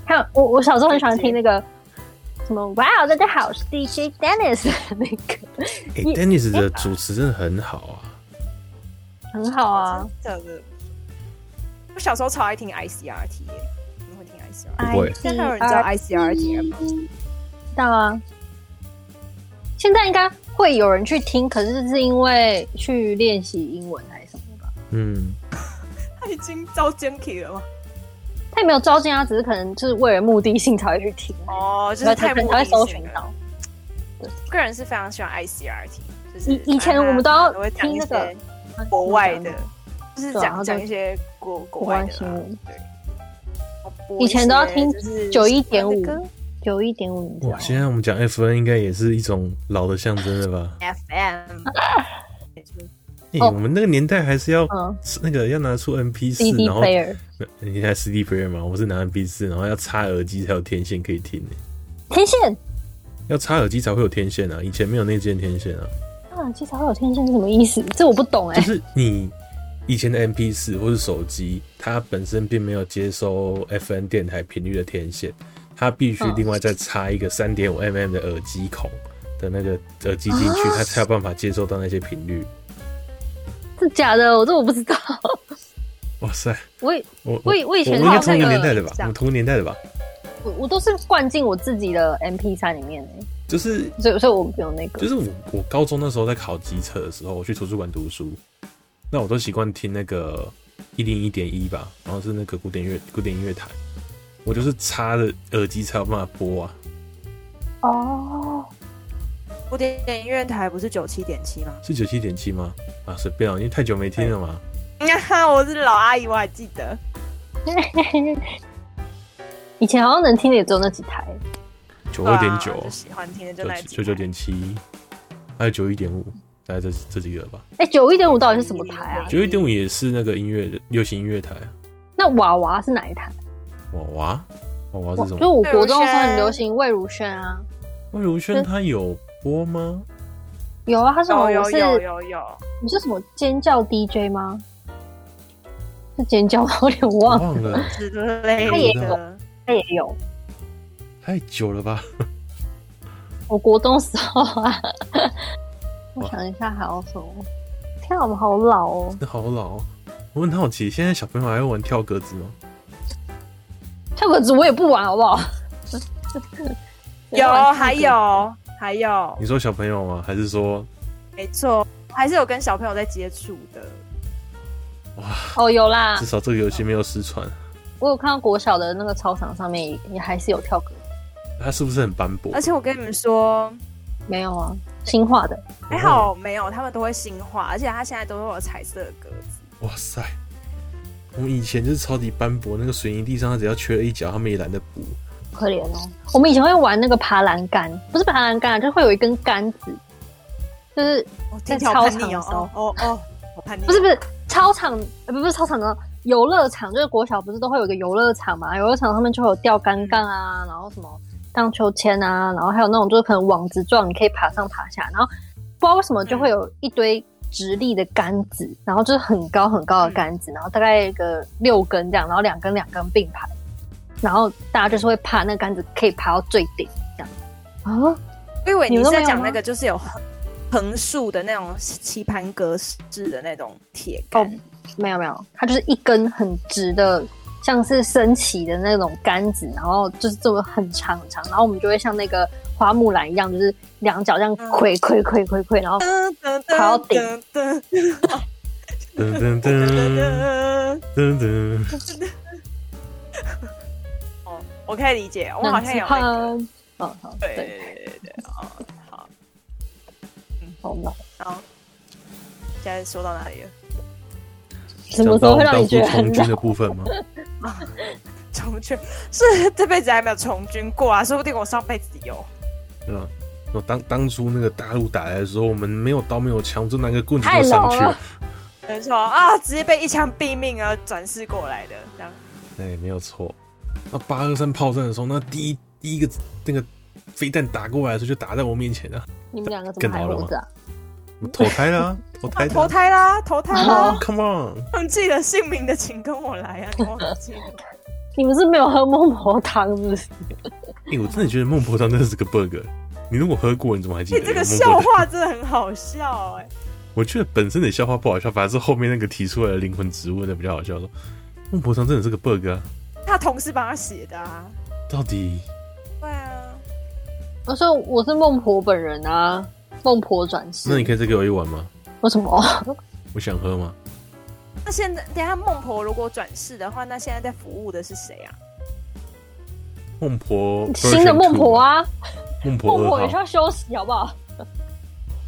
Speaker 3: 还有我我小时候很喜欢听那个什么，哇哦，大家好，我是 DJ Dennis 的那个，
Speaker 2: 哎、d e n n i s 的主持真的很好啊，
Speaker 3: 很好啊。
Speaker 1: 真的，我小时候超爱听 ICRT，耶你会听 ICRT？
Speaker 2: 不会
Speaker 1: 现在还有人知道 ICRT 吗？
Speaker 3: 知道啊。现在应该会有人去听，可是是因为去练习英文还是什么吧？
Speaker 2: 嗯，
Speaker 1: 他已经遭奸 k 了吗？
Speaker 3: 他也没有招进啊，只是可能就是为了目的性才会去听，
Speaker 1: 哦，就是
Speaker 3: 然后才
Speaker 1: 太
Speaker 3: 可能
Speaker 1: 目
Speaker 3: 才
Speaker 1: 的
Speaker 3: 会搜
Speaker 1: 性
Speaker 3: 寻
Speaker 1: 了
Speaker 3: 到。
Speaker 1: 我个人是非常喜欢 ICRT，就是
Speaker 3: 以以前
Speaker 1: 反正
Speaker 3: 我们都要
Speaker 1: 啊会讲
Speaker 3: 听
Speaker 1: 一
Speaker 3: 那
Speaker 1: 些
Speaker 3: 个
Speaker 1: 国外的，就是
Speaker 3: 对啊然
Speaker 1: 讲
Speaker 3: 后就
Speaker 1: 讲一些国国
Speaker 3: 国外
Speaker 1: 外的
Speaker 3: 新
Speaker 1: 啦
Speaker 3: 闻
Speaker 1: 对。然后播一
Speaker 3: 以前都要
Speaker 1: 些
Speaker 3: 听
Speaker 1: 就是
Speaker 3: 91.5
Speaker 1: 那个
Speaker 3: 九一点五，啊
Speaker 2: 哇，现在我们讲 FN 应该也是一种老的象征了吧？
Speaker 1: FM，也就是
Speaker 2: 哎、
Speaker 3: 哦
Speaker 2: 我们那个年代还是要、
Speaker 3: 嗯
Speaker 2: 那个要拿出 MP 四，
Speaker 3: CD
Speaker 2: 然后
Speaker 3: player
Speaker 2: 你还 CD player 吗？我是拿 MP 四，然后要插耳机才有天线可以听呢、
Speaker 3: 天线
Speaker 2: 要插耳机才会有天线啊，以前没有内建天线啊。
Speaker 3: 啊，其实还有天线是什么意思？这我不懂哎、
Speaker 2: 就是你以前的 MP 四或是手机，它本身并没有接收 FN 电台频率的天线，它必须
Speaker 3: 嗯
Speaker 2: 另外再插一个三点五 mm 的耳机孔的那
Speaker 3: 哦
Speaker 2: 个耳机进去，它才有办法接收到那些频率。
Speaker 3: 是假的，我这我不知道。
Speaker 2: 哇塞，
Speaker 3: 我也
Speaker 2: 我
Speaker 3: 我以我以前
Speaker 2: 我们应该
Speaker 3: 好
Speaker 2: 同
Speaker 3: 像
Speaker 2: 一个
Speaker 3: 那
Speaker 2: 年代
Speaker 3: 个
Speaker 2: 的吧？我们同一个年代的吧？
Speaker 3: 我我都是灌进我自己的 MP 三里面欸
Speaker 2: 就是
Speaker 3: 所以所以我没有那个。
Speaker 2: 就是我我高中那时候在考机测的时候，我去图书馆读书，那我都习惯听那个一零一点一吧，然后是那个古典乐古典音乐台，我就是插着耳机才有办法播啊。
Speaker 3: 哦，
Speaker 1: 古典音乐台不是九七点七吗？
Speaker 2: 是九七点七吗？啊，随便啊，因为太久没听了嘛。
Speaker 1: 啊，我是老阿姨，我还记得。
Speaker 3: 以前好像能听的也只有那几台。欸
Speaker 2: 九二点
Speaker 1: 对啊
Speaker 2: 九
Speaker 1: 就，喜欢听的就那几
Speaker 2: 九九点七，还有九一点五，大概这这几个吧。
Speaker 3: 哎、九一点五到底是什么台啊？
Speaker 2: 九一点五也是那个音乐的流行音乐台啊。
Speaker 3: 那娃娃是哪一台？
Speaker 2: 娃娃，娃娃
Speaker 3: 就是
Speaker 2: 什
Speaker 3: 是
Speaker 2: 么？
Speaker 3: 我国中的时候很流行魏如萱啊，
Speaker 2: 魏如萱她有播吗？
Speaker 3: 有啊，她是
Speaker 1: 哦有有
Speaker 3: 我是
Speaker 1: 有有有，
Speaker 3: 你是什么尖叫 DJ 吗？是尖叫吗，我有点
Speaker 2: 我
Speaker 3: 忘了，
Speaker 2: 忘了，
Speaker 1: 之类
Speaker 2: 他
Speaker 3: 也
Speaker 1: 的。
Speaker 3: 她也有。
Speaker 2: 太久了吧？
Speaker 3: 我国中时候啊，我
Speaker 2: 哇
Speaker 3: 想一下还有什么？天啊，我们好老哦！
Speaker 2: 那好老哦。我很好奇，现在小朋友还会玩跳格子吗？
Speaker 3: 跳格子我也不玩，好不好？
Speaker 1: 有
Speaker 3: 啊
Speaker 1: 还有还有，
Speaker 2: 你说小朋友吗？还是说
Speaker 1: 没错，还是有跟小朋友在接触的。
Speaker 3: 哦，有啦
Speaker 2: 至，少这个游戏没有失传？
Speaker 3: 我有看到国小的那个操场上面也也还是有跳格子，
Speaker 2: 它是不是很斑驳
Speaker 1: 而？且我跟你们说，
Speaker 3: 没有啊，新画的。
Speaker 1: 还好没有，他们都会新化，而且他现在都会有彩色的格子。
Speaker 2: 哇塞！我们以前就是超级斑驳，那个水泥地上，它只要缺了一角，他们也懒得补。
Speaker 3: 可怜哦。我们以前会玩那个爬栏杆，不是爬栏杆啊，就会有一根杆子，就是
Speaker 1: 哦，
Speaker 3: 在
Speaker 1: 听起来好叛
Speaker 3: 操场
Speaker 1: 逆
Speaker 3: 的
Speaker 1: 哦
Speaker 3: 时候
Speaker 1: 哦哦哦，好叛逆哦。
Speaker 3: 不是不是操场，呃不不是操场的游乐场，就是国小不是都会有一个游乐场嘛？游乐场上面就会有吊杆杠啊，然后什么荡秋千啊，然后还有那种就是可能网子状，你可以爬上爬下，然后不知道为什么就会有一堆直立的杆子，然后就是很高很高的杆子，然后大概一个六根这样，然后两根两根并排，然后大家就是会爬那个杆子，可以爬到最顶这样啊。
Speaker 1: 我以为你
Speaker 3: 你
Speaker 1: 是
Speaker 3: 们都
Speaker 1: 在
Speaker 3: 没有
Speaker 1: 讲
Speaker 3: 吗
Speaker 1: 那个，就是有横横竖的那种棋盘格式的那种铁杆
Speaker 3: 哦，没有没有，它就是一根很直的，像是升旗的那种杆子，然后就是这么很长很长，然后我们就会像那个花木兰一样，就是两脚这样挥挥挥挥挥，然后
Speaker 1: 噔噔
Speaker 3: 爬到顶
Speaker 1: 噔噔
Speaker 2: 噔噔
Speaker 1: 噔
Speaker 2: 噔噔噔，
Speaker 1: 哦，我可以理解，我哦好像有那个
Speaker 3: 嗯，好好
Speaker 1: 对
Speaker 3: 对，
Speaker 1: 对对对对，哦好，
Speaker 3: 好老，
Speaker 1: 然后现在说到哪里了？
Speaker 3: 什么时候会让你觉得
Speaker 2: 讲到当
Speaker 3: 很
Speaker 2: 初从
Speaker 3: 老
Speaker 2: 军？的部分吗？
Speaker 1: 从军是这辈子还没有从军过啊，说不定我上辈子有。
Speaker 2: 对吧？我当当初那个大陆打来的时候，我们没有刀没有枪，就拿个棍子
Speaker 3: 太
Speaker 2: 就上
Speaker 3: 老
Speaker 2: 去
Speaker 3: 了。
Speaker 1: 没错啊，直接被一枪毙命而转世过来的，这样啊
Speaker 2: 对，没有错。那八二三炮战的时候，那第一第一个那个飞弹打过来的时候，就打在我面前了、啊，
Speaker 3: 你们两个怎么还活着、啊？
Speaker 2: 我投胎 啦、投
Speaker 1: 啊
Speaker 2: 胎
Speaker 1: 投
Speaker 2: 的、
Speaker 1: 胎啦，投胎啦，
Speaker 2: 啊、，Come on！
Speaker 1: 忘记了姓名的请跟我来啊，你忘记了。
Speaker 3: 你们是没有喝孟婆汤是不是？
Speaker 2: 哎、我真的觉得孟婆汤真的是个 bug。你如果喝过，你怎么还记
Speaker 1: 你
Speaker 2: 得、
Speaker 1: 哎这个
Speaker 2: 孟婆
Speaker 1: 笑
Speaker 2: 汤
Speaker 1: 话真的很好笑哎、
Speaker 2: 我觉得本身的笑话不好笑，反而是后面那个提出来的灵魂质问的比较好笑。说孟婆汤真的是个 bug 啊，
Speaker 1: 他同事帮他写的啊。
Speaker 2: 到底
Speaker 1: 对啊，
Speaker 3: 我说我是孟婆本人啊，孟婆转世。
Speaker 2: 那你可以再给我一碗吗？
Speaker 3: 为什么？
Speaker 2: 我想喝吗？
Speaker 1: 那现在等一下孟婆如果转世的话，那现在在服务的是谁啊？
Speaker 2: 孟婆
Speaker 3: 新的孟婆，啊，
Speaker 2: version two 孟婆
Speaker 3: 孟
Speaker 2: 二
Speaker 3: 婆
Speaker 2: 号
Speaker 3: 也需要休息好不好？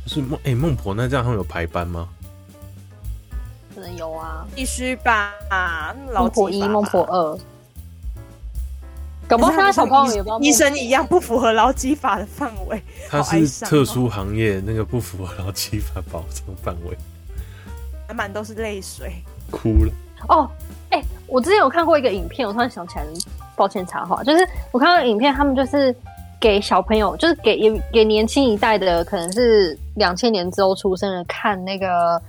Speaker 2: 是孟哎、孟婆，那这样他们有排班吗？
Speaker 3: 可能有啊，
Speaker 1: 必须吧，老
Speaker 3: 孟婆
Speaker 1: 技
Speaker 3: 一、
Speaker 1: 法吧
Speaker 3: 孟婆二，搞不好现在小朋友也不知道
Speaker 1: 医生一样不符合劳基法的范围，
Speaker 2: 它
Speaker 1: 好哀
Speaker 2: 是
Speaker 1: 伤哦
Speaker 2: 特殊行业，那个不符合劳基法保障范围，
Speaker 1: 满满都是泪水。
Speaker 2: 哭了。
Speaker 3: 哦。哎、我之前有看过一个影片，我突然想起来，抱歉插话，就是我看到影片，他们就是给小朋友，就是给也给年轻一代的，可能是两千年之后出生的，看那个。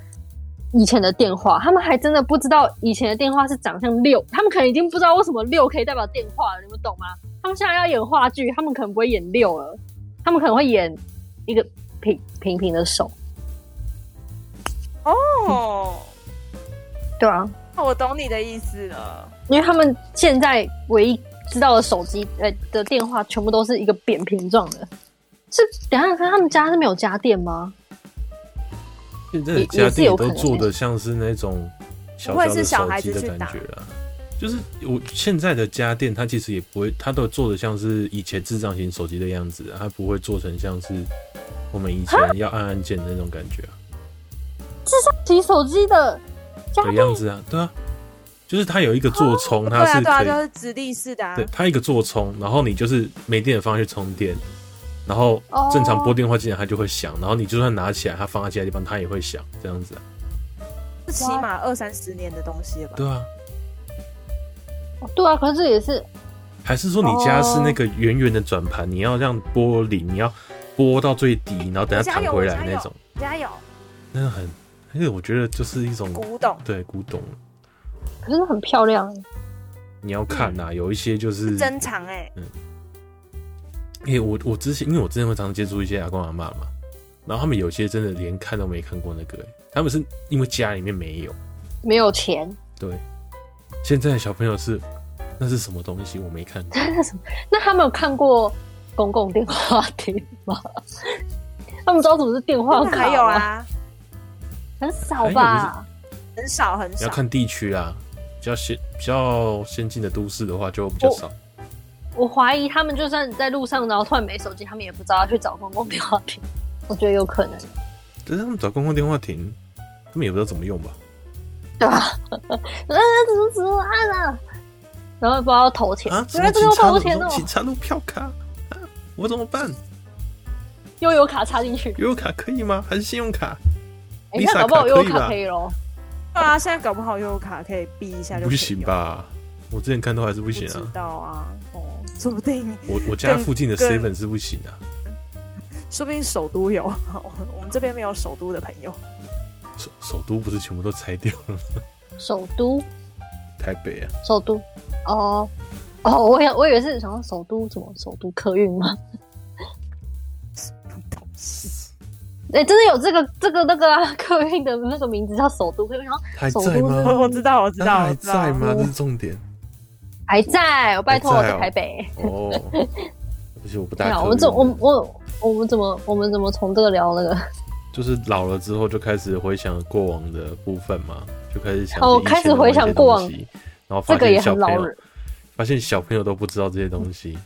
Speaker 3: 以前的电话，他们还真的不知道以前的电话是长像六，他们可能已经不知道为什么六可以代表电话了，你们懂吗？他们现在要演话剧，他们可能不会演六了，他们可能会演一个平平平的手，
Speaker 1: 哦，
Speaker 3: 对啊，
Speaker 1: 我懂你的意思了。
Speaker 3: 因为他们现在唯一知道的手机呃的电话，全部都是一个扁平状的。是等一下，看他们家是没有家电吗？
Speaker 2: 现在的家电也都做的像是那种小小的手机的感觉了。就是我现在的家电，它其实也不会，它都做的像是以前智障型手机的样子啊、它不会做成像是我们以前要按按键的那种感觉啊
Speaker 3: 智障型手机的家
Speaker 2: 的
Speaker 3: 电
Speaker 2: 样子啊，对啊，就是它有一个座充，
Speaker 1: 对
Speaker 2: 它
Speaker 1: 啊，
Speaker 2: 哦是
Speaker 1: 对啊，
Speaker 2: 可以
Speaker 1: 就是直立式的啊
Speaker 2: 对，。它一个座充，然后你就是没电的方向去充电，然后
Speaker 3: 哦
Speaker 2: 正常拨电话进来它就会响，然后你就算拿起来，它放在其他地方它也会响，这样子啊，
Speaker 1: 是起码二三十年的东西了吧？
Speaker 2: 对啊，
Speaker 3: 哦对啊，可是这也是
Speaker 2: 还是说你家
Speaker 1: 哦
Speaker 2: 是那个圆圆的转盘，你要让玻璃，你要拨到最低，然后等它
Speaker 1: 我家
Speaker 2: 弹
Speaker 1: 有
Speaker 2: 回
Speaker 1: 我
Speaker 2: 来
Speaker 1: 家有
Speaker 2: 那种，
Speaker 1: 家有
Speaker 2: 那很，那个我觉得就是一种
Speaker 1: 古董，
Speaker 2: 对古董，
Speaker 3: 可是很漂亮。啊
Speaker 2: 你
Speaker 1: 嗯
Speaker 2: 要看呐、有一些就是
Speaker 1: 珍藏哎、
Speaker 2: 因为我我之前因为我之前会常常接触一些阿公阿嬷嘛，然后他们有些真的连看都没看过那个、欸他们是因为家里面没有。
Speaker 3: 没有钱，
Speaker 2: 对，现在的小朋友是那是什么东西？我 没看过。
Speaker 3: 那他们有看过公共电话亭吗？ 他们知道什么是电话
Speaker 2: 哦
Speaker 1: 那
Speaker 3: 卡
Speaker 1: 还有
Speaker 3: 吗，
Speaker 1: 啊，
Speaker 3: 很少
Speaker 2: 还有
Speaker 3: 吧？
Speaker 1: 很少很
Speaker 2: 你
Speaker 1: 少
Speaker 2: 要。看地区啦，比较先比较先进的都市的话就比较少。
Speaker 3: 我怀疑他们就算在路上，然后突然没手机，他们也不知道要去找公共电话亭。我觉得有可能，
Speaker 2: 但是他们找公共电话亭，他们也不知道怎么用吧？
Speaker 3: 对吧？ 呃，怎么怎么按啊？然后不知道要投钱，
Speaker 2: 啊，什
Speaker 3: 原
Speaker 2: 么
Speaker 3: 来这
Speaker 2: 警
Speaker 3: 个要
Speaker 2: 察
Speaker 3: 投
Speaker 2: 路
Speaker 3: 钱哦，
Speaker 2: 警察路票卡、啊，我怎么办？
Speaker 3: 悠游卡插 进去，
Speaker 2: 悠游卡可以吗？还是信用卡？
Speaker 3: 哎、
Speaker 2: Visa
Speaker 3: 那搞不好
Speaker 2: 卡
Speaker 3: 悠
Speaker 2: 可
Speaker 3: 游
Speaker 2: 以
Speaker 3: 卡
Speaker 2: 吧
Speaker 3: 可以咯。
Speaker 1: 对啊，现在搞不好悠游卡可以避一下就可以
Speaker 2: 不行
Speaker 1: 用？
Speaker 2: 吧？我之前看到还是不
Speaker 1: 不
Speaker 2: 行啊
Speaker 1: 知。道啊，哦，说不定，
Speaker 2: 我我家附近的
Speaker 1: 更
Speaker 2: seven 是不行啊，
Speaker 1: 说不定首都有， 我们这边没有首都的朋友。
Speaker 2: 首首都不是全部都拆掉了吗？
Speaker 3: 首都，
Speaker 2: 台北啊，
Speaker 3: 首都，哦哦，我也我以为是想说首都什么首都客运吗？ 哎、真的有这个这个那个、啊、 客运的那个名字叫首都客运，然后
Speaker 2: 还
Speaker 3: 首
Speaker 2: 在
Speaker 3: 都
Speaker 2: 吗？
Speaker 1: 我知道，我知道，
Speaker 2: 他还
Speaker 1: 我知道
Speaker 2: 在吗？这是重点。
Speaker 3: 还在，我拜托我
Speaker 2: 还在
Speaker 3: 在
Speaker 2: 哦
Speaker 3: 台北。
Speaker 2: 哦，而且我不
Speaker 3: 对
Speaker 2: 大
Speaker 3: 啊，
Speaker 2: 可
Speaker 3: 我们怎
Speaker 2: 能
Speaker 3: 我们我我们怎么我们怎么从这个聊那个？
Speaker 2: 就是老了之后就开始回想过往的部分嘛，就开始想
Speaker 3: 哦
Speaker 2: 起以前
Speaker 3: 开始回想过
Speaker 2: 的某
Speaker 3: 往
Speaker 2: 一些东西，然后
Speaker 3: 这
Speaker 2: 发
Speaker 3: 个也
Speaker 2: 现小
Speaker 3: 很
Speaker 2: 朋
Speaker 3: 老
Speaker 2: 友
Speaker 3: 人，
Speaker 2: 发现小朋友都不知道这些东西，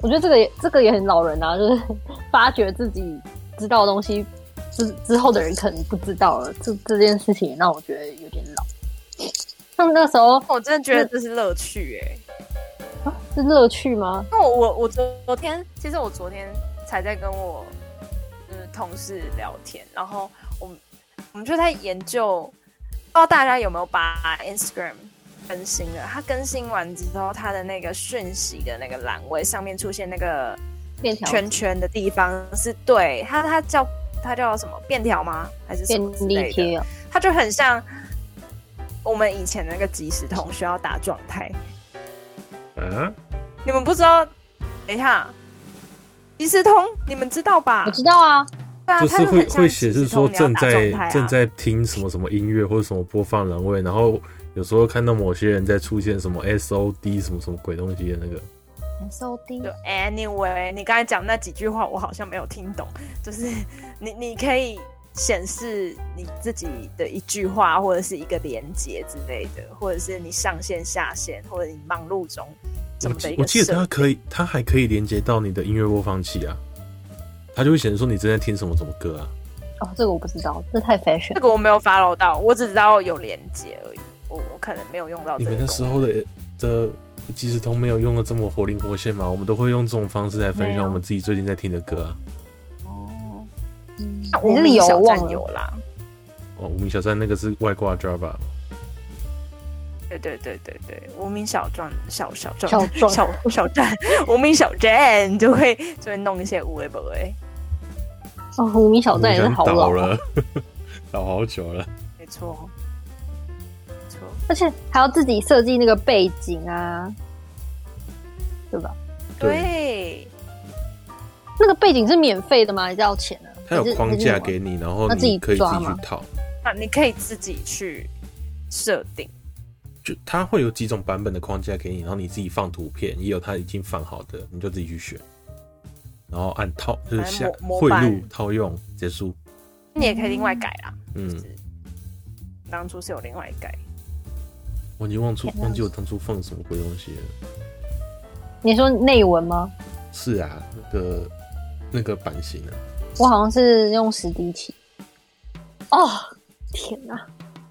Speaker 3: 我觉得这个也这个也很老人啊， 就是发觉自己知道的东西之之后的人可能不知道了，这这件事情也让我觉得有点老。像那时候啊
Speaker 1: 我真的觉得这是乐趣哎、
Speaker 3: 是乐趣吗？
Speaker 1: 那我我我昨昨天，其实我昨天才在跟我就是同事聊天，然后我们我们就在研究，不知道大家有没有把 Instagram 更新了？它更新完之后，它的那个讯息的那个栏位上面出现那个
Speaker 3: 便条
Speaker 1: 圈圈的地方，是对它它叫它叫什么便条吗？还是什么之
Speaker 3: 便
Speaker 1: 类
Speaker 3: 利
Speaker 1: 的？
Speaker 3: 贴啊，
Speaker 1: 它就很像我们以前那个即时通需要打状态。
Speaker 2: 啊，
Speaker 1: 你们不知道？等一下，即时通，你们知道吧
Speaker 3: 我？知道啊，
Speaker 1: 对啊，
Speaker 2: 就是
Speaker 1: 它
Speaker 2: 会
Speaker 1: 很像
Speaker 2: 会显示说
Speaker 1: 即时通你
Speaker 2: 正
Speaker 1: 要打
Speaker 2: 在
Speaker 1: 状态啊
Speaker 2: 正在听什么什么音乐或者什么播放栏位，然后有时候看到某些人在出现什么 SOD 什么什么鬼东西的那个，
Speaker 3: 收低
Speaker 1: 就 anyway，你刚才讲那几句话，我好像没有听懂。就是你，你可以显示你自己的一句话，或者是一个连接之类的，或者是你上线、下线，或者你忙碌中什
Speaker 2: 我
Speaker 1: 么的一
Speaker 2: 记
Speaker 1: 个
Speaker 2: 我记得
Speaker 1: 设
Speaker 2: 它可以，它还可以连接到你的音乐播放器啊，它就会显示说你正在听什么什么歌啊。
Speaker 3: 哦，这个我不知道，这太 fashion
Speaker 1: 这。个我没有 follow 到，我只知道有连接而已。我我可能没有用到这
Speaker 2: 你
Speaker 1: 个
Speaker 2: 们
Speaker 1: 功
Speaker 2: 那
Speaker 1: 能。
Speaker 2: 时候的的即时通没有用的这么活灵活现嘛？我们都会用这种方式来分
Speaker 1: 没
Speaker 2: 享
Speaker 1: 有
Speaker 2: 我们自己最近在听的歌啊。
Speaker 1: 哦，
Speaker 3: 嗯
Speaker 1: 那我
Speaker 3: 你是
Speaker 1: 们
Speaker 3: 有
Speaker 1: 小
Speaker 3: 忘
Speaker 1: 站
Speaker 3: 了
Speaker 1: 有啦。
Speaker 2: 哦，无名小站那个是外挂 Java，
Speaker 1: 对呃对对对对，无名小站小小站
Speaker 3: 小站
Speaker 1: 小小站无名小站就会就会弄一些无为不为，
Speaker 3: 哦，无名小
Speaker 2: 无名
Speaker 3: 站也
Speaker 2: 小
Speaker 3: 是
Speaker 2: 站
Speaker 3: 好
Speaker 2: 倒
Speaker 3: 老，哦
Speaker 2: 了， 倒好久了。
Speaker 1: 没错，没错，
Speaker 3: 而且还要自己设计那个背景啊，对吧？
Speaker 1: 对，
Speaker 3: 那个背景是免费的吗？还是要钱的、啊？
Speaker 2: 它有
Speaker 3: 还是
Speaker 2: 框架给，你，然后
Speaker 3: 那自己
Speaker 2: 你可以自
Speaker 3: 抓
Speaker 2: 己去
Speaker 3: 吗
Speaker 2: 套。
Speaker 1: 那你可以自己去设定，
Speaker 2: 就它会有几种版本的框架给你，然后你自己放图片，也有它已经放好的，你就自己去选，然后按套就是下
Speaker 1: 反正模模
Speaker 2: 汇
Speaker 1: 板
Speaker 2: 入套用结束。
Speaker 1: 你也可以另外改啦。
Speaker 2: 嗯，
Speaker 1: 当初是有另外改，
Speaker 2: 我已经忘出忘记我当初放什么鬼东西了。
Speaker 3: 你说内文吗？
Speaker 2: 是啊，那个那个版型啊，
Speaker 3: 我好像是用史迪奇。哦，天哪、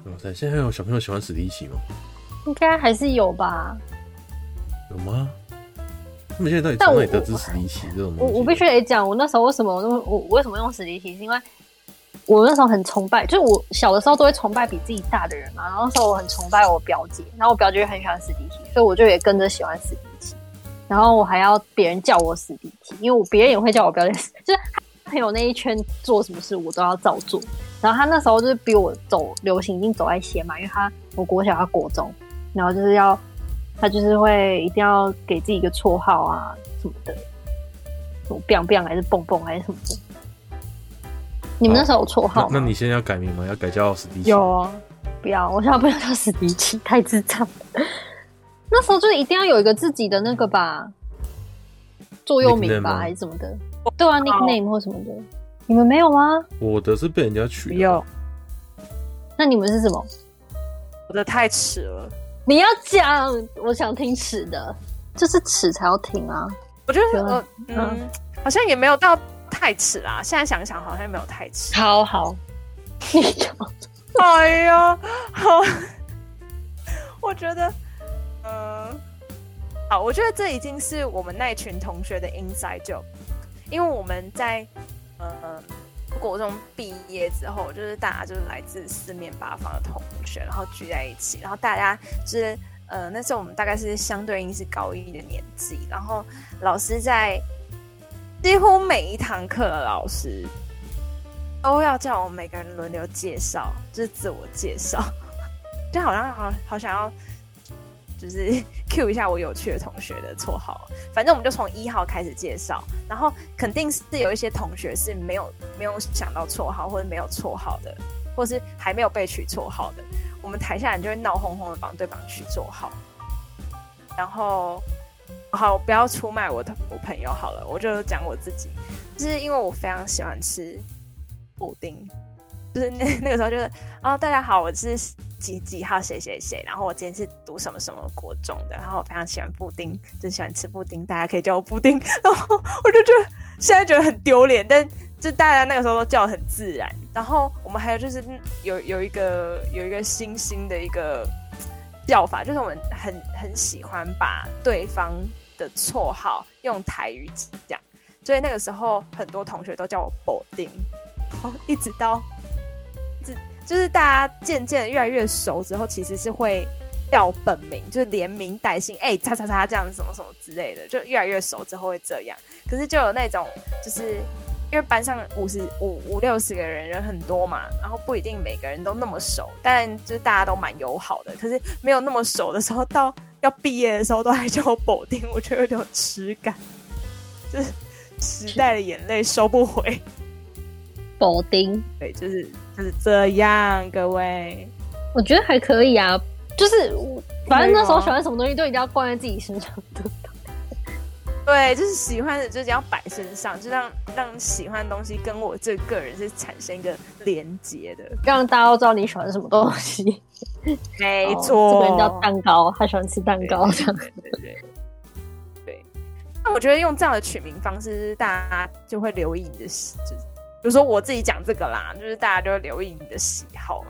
Speaker 2: 哇塞！哦现在还有小朋友喜欢史迪奇吗？
Speaker 3: 应该还是有吧。
Speaker 2: 有吗？他们现在到底
Speaker 3: 但
Speaker 2: 从哪
Speaker 3: 我
Speaker 2: 里得知史迪奇这种东
Speaker 3: 我
Speaker 2: 西？
Speaker 3: 我必须得讲，我那时候为什么我那么我我为什么用史迪奇，是因为我那时候很崇拜，就是我小的时候都会崇拜比自己大的人嘛。然后那时候我很崇拜我表姐，然后我表姐就很喜欢史迪奇，所以我就也跟着喜欢史迪奇。然后我还要别人叫我史迪奇，因为我别人也会叫我表姐史，就是他朋友那一圈做什么事我都要照做。然后他那时候就是比我走流行已经走在先嘛，因为他我国小他国中，然后就是要他就是会一定要给自己一个绰号啊什么的，什么 biang biang 还是蹦蹦还是什么的。你们那时候有绰号
Speaker 2: 那那
Speaker 3: 吗？
Speaker 2: 你现在要改名吗？要改叫史迪奇？
Speaker 3: 有啊，不要，我想不要叫史迪奇，太智障了。那时候就是一定要有一个自己的那个吧，座右铭
Speaker 2: Nickname
Speaker 3: 吧，
Speaker 2: 吗
Speaker 3: 还是什么的，对啊，nickname 或什么的。你们没有吗？
Speaker 2: 我的是被人家取
Speaker 1: 不
Speaker 2: 的。
Speaker 1: 用，
Speaker 3: 那你们是什么？
Speaker 1: 我的太迟了。
Speaker 3: 你要讲，我想听尺的，就是尺才要听啊。
Speaker 1: 我觉得
Speaker 3: 有
Speaker 1: 我
Speaker 3: 啊
Speaker 1: 嗯，好像也没有到太迟啦。现在想想，好像没有太迟。
Speaker 3: 好 好，
Speaker 1: 哎呀，好，我觉得，呃，好，我觉得这已经是我们那一群同学的 inside joke，因为我们在呃国中毕业之后，就是大家就是来自四面八方的同学，然后聚在一起，然后大家就是呃那时候我们大概是相对应是高一的年纪，然后老师在几乎每一堂课的老师都要叫我们每个人轮流介绍，就是自我介绍， 就好像好好想要，就是 cue 一下我有趣的同学的绰号。反正我们就从一号开始介绍，然后肯定是有一些同学是没有没有想到绰号，或者没有绰号的，或是还没有被取绰号的。我们台下人就会闹哄哄的帮对方取绰号，然后好不要出卖我的我朋友好了，我就讲我自己，就是因为我非常喜欢吃布丁，就是那 那个时候就是哦，大家好，我是几几号谁谁谁，然后我今天是读什么什么国中的，然后我非常喜欢布丁，就喜欢吃布丁，大家可以叫我布丁， 然后我就觉得现在觉得很丢脸，但就大家那个时候都叫得很自然。然后我们还有就是有有一个有一个新兴的一个叫法，就是我们很很喜欢把对方的绰号用台语讲。所以那个时候很多同学都叫我否丁，然后哦一直到，一直就是大家渐渐越来越熟之后，其实是会叫本名，就是连名带姓，哎、叉叉叉这样什么什么之类的，就越来越熟之后会这样。可是就有那种就是。因为班上五十五五六十个人，人很多嘛，然后不一定每个人都那么熟，但就是大家都蛮友好的。可是没有那么熟的时候，到要毕业的时候都还叫我否丁，我觉得有点耻感，就是时代的眼泪收不回。
Speaker 3: 否丁，
Speaker 1: 对，就是就是这样，各位。
Speaker 3: 我觉得还可以啊。就是我反正那
Speaker 1: 可以
Speaker 3: 时候
Speaker 1: 吗
Speaker 3: 喜欢什么东西都一定要灌在自己身上的。
Speaker 1: 对，就是喜欢的，就是要摆身上，就让让喜欢的东西跟我这个人是产生一个连接的。
Speaker 3: 让大家都知道你喜欢什么东西。
Speaker 1: 没
Speaker 3: 哦这
Speaker 1: 错，
Speaker 3: 个人叫蛋糕，他喜欢吃蛋 糕，这样。
Speaker 1: 对对对对。那我觉得用这样的取名方式，就是大家就会留意你的喜，就是比如说我自己讲这个啦，就是大家就会留意你的喜好。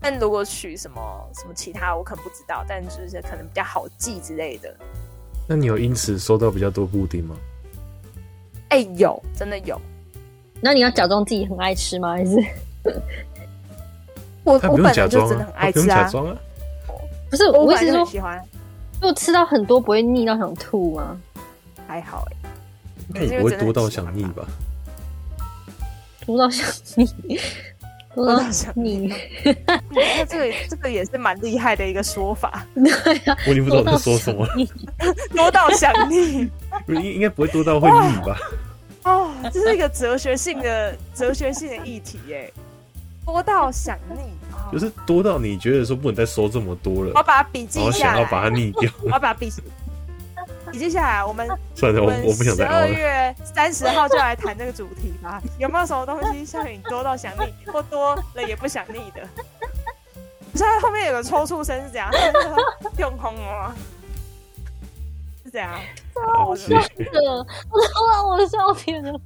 Speaker 1: 但如果取什么什么其他，我可能不知道，但就是可能比较好记之类的。
Speaker 2: 那你有因此收到比较多布丁吗？
Speaker 1: 哎、有，真的有。
Speaker 3: 那你要假装自己很爱吃吗？还是
Speaker 1: 我
Speaker 2: 他
Speaker 1: 我本
Speaker 2: 不用
Speaker 1: 来
Speaker 2: 假
Speaker 1: 就
Speaker 2: 装
Speaker 1: 真的
Speaker 2: 啊
Speaker 1: 很，
Speaker 2: 他
Speaker 1: 爱
Speaker 2: 不用
Speaker 1: 吃
Speaker 2: 假
Speaker 1: 啊，
Speaker 2: 装啊。
Speaker 3: 不是？
Speaker 1: 我
Speaker 3: 我意
Speaker 1: 本
Speaker 3: 思
Speaker 1: 来就
Speaker 3: 是
Speaker 1: 很
Speaker 3: 说，
Speaker 1: 喜欢，
Speaker 3: 就吃到很多不会腻到想吐啊吗？
Speaker 1: 还好哎、
Speaker 2: 那你不会多到想腻吧？
Speaker 3: 吐到想腻， 吐到
Speaker 1: 多到 想
Speaker 3: 腻，
Speaker 1: 那这个这个也是蛮厉害的一个说法，
Speaker 3: 对啊，
Speaker 2: 我已经不知道
Speaker 3: 多
Speaker 2: 我在
Speaker 3: 到
Speaker 2: 说什 么了，
Speaker 3: 想腻。
Speaker 1: 多到 想腻。
Speaker 2: 应 应该不会多到会腻吧？
Speaker 1: 哦，这是一个哲学性的欸哲学性的议题耶，多到想腻啊！
Speaker 2: 就是多到你觉得说不能再收这么多
Speaker 1: 我要
Speaker 2: 了，
Speaker 1: 把它笔
Speaker 2: 然后
Speaker 1: 记下
Speaker 2: 想要
Speaker 1: 来，
Speaker 2: 把它逆掉。
Speaker 1: 我要把笔记笔记下来。我们
Speaker 2: 算了，我
Speaker 1: 们
Speaker 2: 我不想
Speaker 1: 十
Speaker 2: 再
Speaker 1: 二
Speaker 2: 熬了。
Speaker 1: 月三十号就来谈这个主题吧。有没有什么东西像你多到想腻，或多了也不想腻的？不是，啊后面有个抽搐声是怎样？ 用空了吗？是怎样？
Speaker 2: 好谢谢
Speaker 3: 这我都让我笑点了。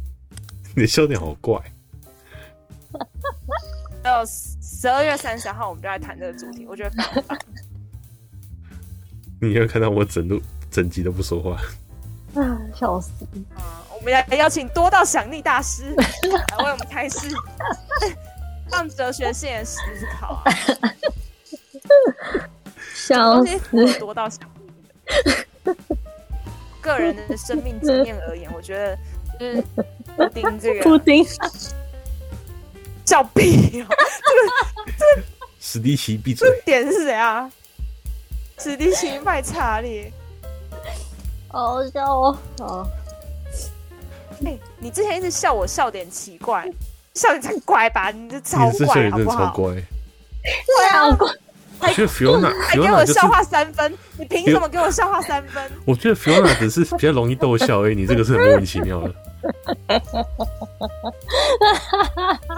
Speaker 2: 你的笑点好怪。
Speaker 1: 到十二月三十号我们就来谈这个主题，我觉得非常棒。
Speaker 2: 你有看到我整路整集都不说话，
Speaker 3: 啊， 笑死！
Speaker 1: 啊，我们来邀请多到想你大师来为我们开示， 让哲学性的思考啊，
Speaker 3: 笑
Speaker 1: 东
Speaker 3: 死
Speaker 1: 西！有多到想你的。 个人的生命经验而言，我觉得就是布丁这
Speaker 3: 布
Speaker 1: 个
Speaker 3: 丁，
Speaker 1: 叫屁哦，
Speaker 2: 史迪奇闭嘴
Speaker 1: 这。点是怎样？史蒂奇卖查理，
Speaker 3: 好好笑哦！好，
Speaker 1: 哎、你之前一直笑我笑点奇怪，笑点才怪吧？你这超
Speaker 2: 你是校
Speaker 1: 怪
Speaker 2: 园
Speaker 1: 好
Speaker 2: 真
Speaker 1: 不
Speaker 2: 的超
Speaker 1: 好？
Speaker 2: 乖，
Speaker 1: 对啊，
Speaker 2: 我觉得 Fiona
Speaker 1: 还哎给我
Speaker 2: Fiona 就是
Speaker 1: 笑，话三分，你凭什么给我笑话三分？
Speaker 2: 我觉得 Fiona 只是比较容易逗笑而已，你这个是很莫名其妙 的。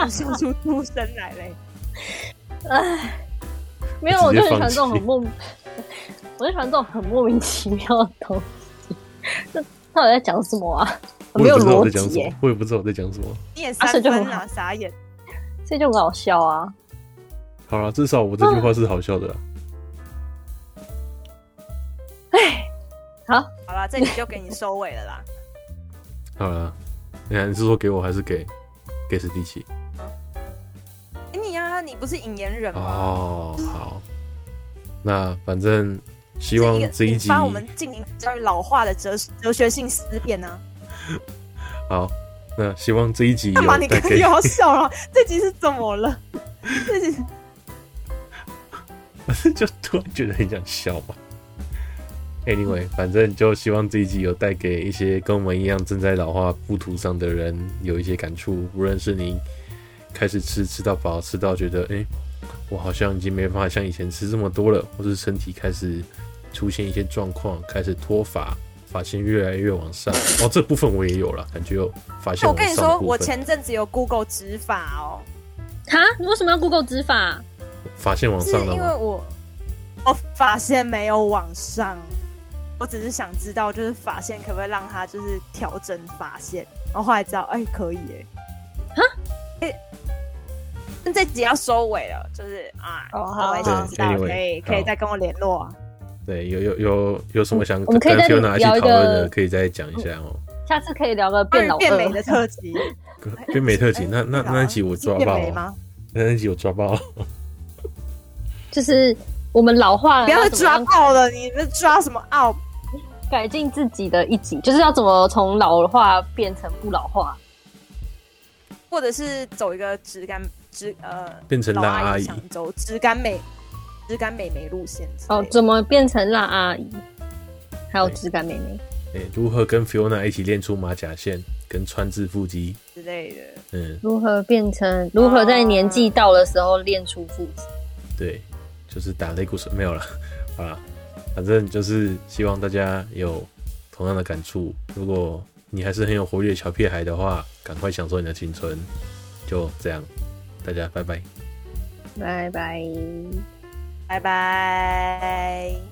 Speaker 1: 我笑出哭声来嘞！
Speaker 3: 没有，我就很喜欢
Speaker 2: 直
Speaker 3: 这
Speaker 2: 接放
Speaker 3: 种
Speaker 2: 弃
Speaker 3: 很莫， 我就喜欢这种很莫名其妙的东西。 这到底在讲什么啊？
Speaker 2: 我
Speaker 3: 没
Speaker 2: 也
Speaker 3: 有
Speaker 2: 不知道我在
Speaker 3: 逻
Speaker 2: 讲
Speaker 3: 辑
Speaker 2: 什
Speaker 3: 耶
Speaker 2: 么，，我也不知道我在讲什么。
Speaker 1: 你也
Speaker 3: 啊所
Speaker 1: 三
Speaker 3: 以就
Speaker 1: 分
Speaker 3: 很
Speaker 1: 啊，
Speaker 3: 好
Speaker 1: 傻眼！
Speaker 3: 这就很好笑啊！
Speaker 2: 好了，至少我这句话是好笑的啦。
Speaker 3: 好，
Speaker 1: 好啦，这里就给你收尾了啦。
Speaker 2: 好了，你看你是说给我还是给给史迪奇？
Speaker 1: 哎你呀、你不是引言人吗？
Speaker 2: 哦，好，那反正希
Speaker 1: 希
Speaker 2: 望这一集
Speaker 1: 帮我们进行教育老化的哲哲学性思辨呢、啊。
Speaker 2: 好，那希望这一集
Speaker 1: 干
Speaker 2: 有
Speaker 1: 嘛？你
Speaker 2: 带
Speaker 1: 刚刚
Speaker 2: 给
Speaker 1: 又要笑了？ 这集是怎么了？这集
Speaker 2: 我是 就突然觉得很想笑嘛。Anyway，反正就希望这一集有带给一些跟我们一样正在老化步途上的人有一些感触，无论是你开始吃吃到饱，吃到觉得诶，我好像已经没办法像以前吃这么多了，或是身体开始出现一些状况，开始脱发，发线越来越往上。 哦，这部分我也有了，感觉有发线
Speaker 1: 我
Speaker 2: 往
Speaker 1: 跟你
Speaker 2: 上的
Speaker 1: 说，
Speaker 2: 部
Speaker 1: 我
Speaker 2: 分，
Speaker 1: 前阵子有 Google 指法哦，
Speaker 3: 哈，你为什么要 Google 指法？
Speaker 2: 发线往
Speaker 1: 是
Speaker 2: 哦上了
Speaker 1: 因为
Speaker 2: 吗？
Speaker 1: 我我发现没有往上，我只是想知道，就是发线可不可以让它就是调整发线，然后后来知道，哎、可以哎、欸，那这集要收尾了，就是啊，
Speaker 3: 哦好
Speaker 1: 各位想知道
Speaker 2: 对
Speaker 1: 可
Speaker 2: anyway，
Speaker 1: 以可以
Speaker 2: 好
Speaker 1: 再跟我联络啊。
Speaker 2: 对，有有有有什么想
Speaker 3: 我们可以
Speaker 2: 跟
Speaker 3: 再
Speaker 2: Fiona 一起
Speaker 3: 聊
Speaker 2: 讨
Speaker 3: 一个
Speaker 2: 论的，可以再讲一下
Speaker 1: 嗯
Speaker 2: 哦。
Speaker 3: 下次可以聊个
Speaker 1: 关
Speaker 3: 变
Speaker 1: 于
Speaker 3: 老
Speaker 1: 变美
Speaker 3: 二。
Speaker 1: 的特辑，
Speaker 2: 变美特辑，
Speaker 1: 哎
Speaker 2: 那那
Speaker 1: 变老
Speaker 2: 那一集我
Speaker 1: 是
Speaker 2: 抓
Speaker 1: 变
Speaker 2: 爆
Speaker 1: 美
Speaker 2: 哦，
Speaker 1: 吗？
Speaker 2: 那一集我抓爆哦，
Speaker 3: 就是我们老化了
Speaker 1: 不要
Speaker 3: 怎么
Speaker 1: 抓
Speaker 3: 样
Speaker 1: 爆了，你们抓什么奥？
Speaker 3: 改进自己的一集，就是要怎么从老化变成不老化。
Speaker 1: 或者是走一个质感质呃
Speaker 2: 变成
Speaker 1: 老
Speaker 2: 大
Speaker 1: 阿
Speaker 2: 阿姨
Speaker 1: 想走质感美质感美眉路线之类的
Speaker 3: 哦，怎么变成辣阿姨？还有质感妹妹，
Speaker 2: 哎、如何跟 Fiona 一起练出马甲线跟穿制腹肌？
Speaker 1: 之类的。
Speaker 2: 嗯，
Speaker 3: 如何变成如何在年纪到的时候练出腹肌？
Speaker 2: 对，就是打擂鼓手没有了，好啦，反正就是希望大家有同样的感触。如果你还是很有活跃的小屁孩的话，赶快享受你的青春。就这样，大家拜拜。
Speaker 3: 拜拜。
Speaker 1: 拜拜。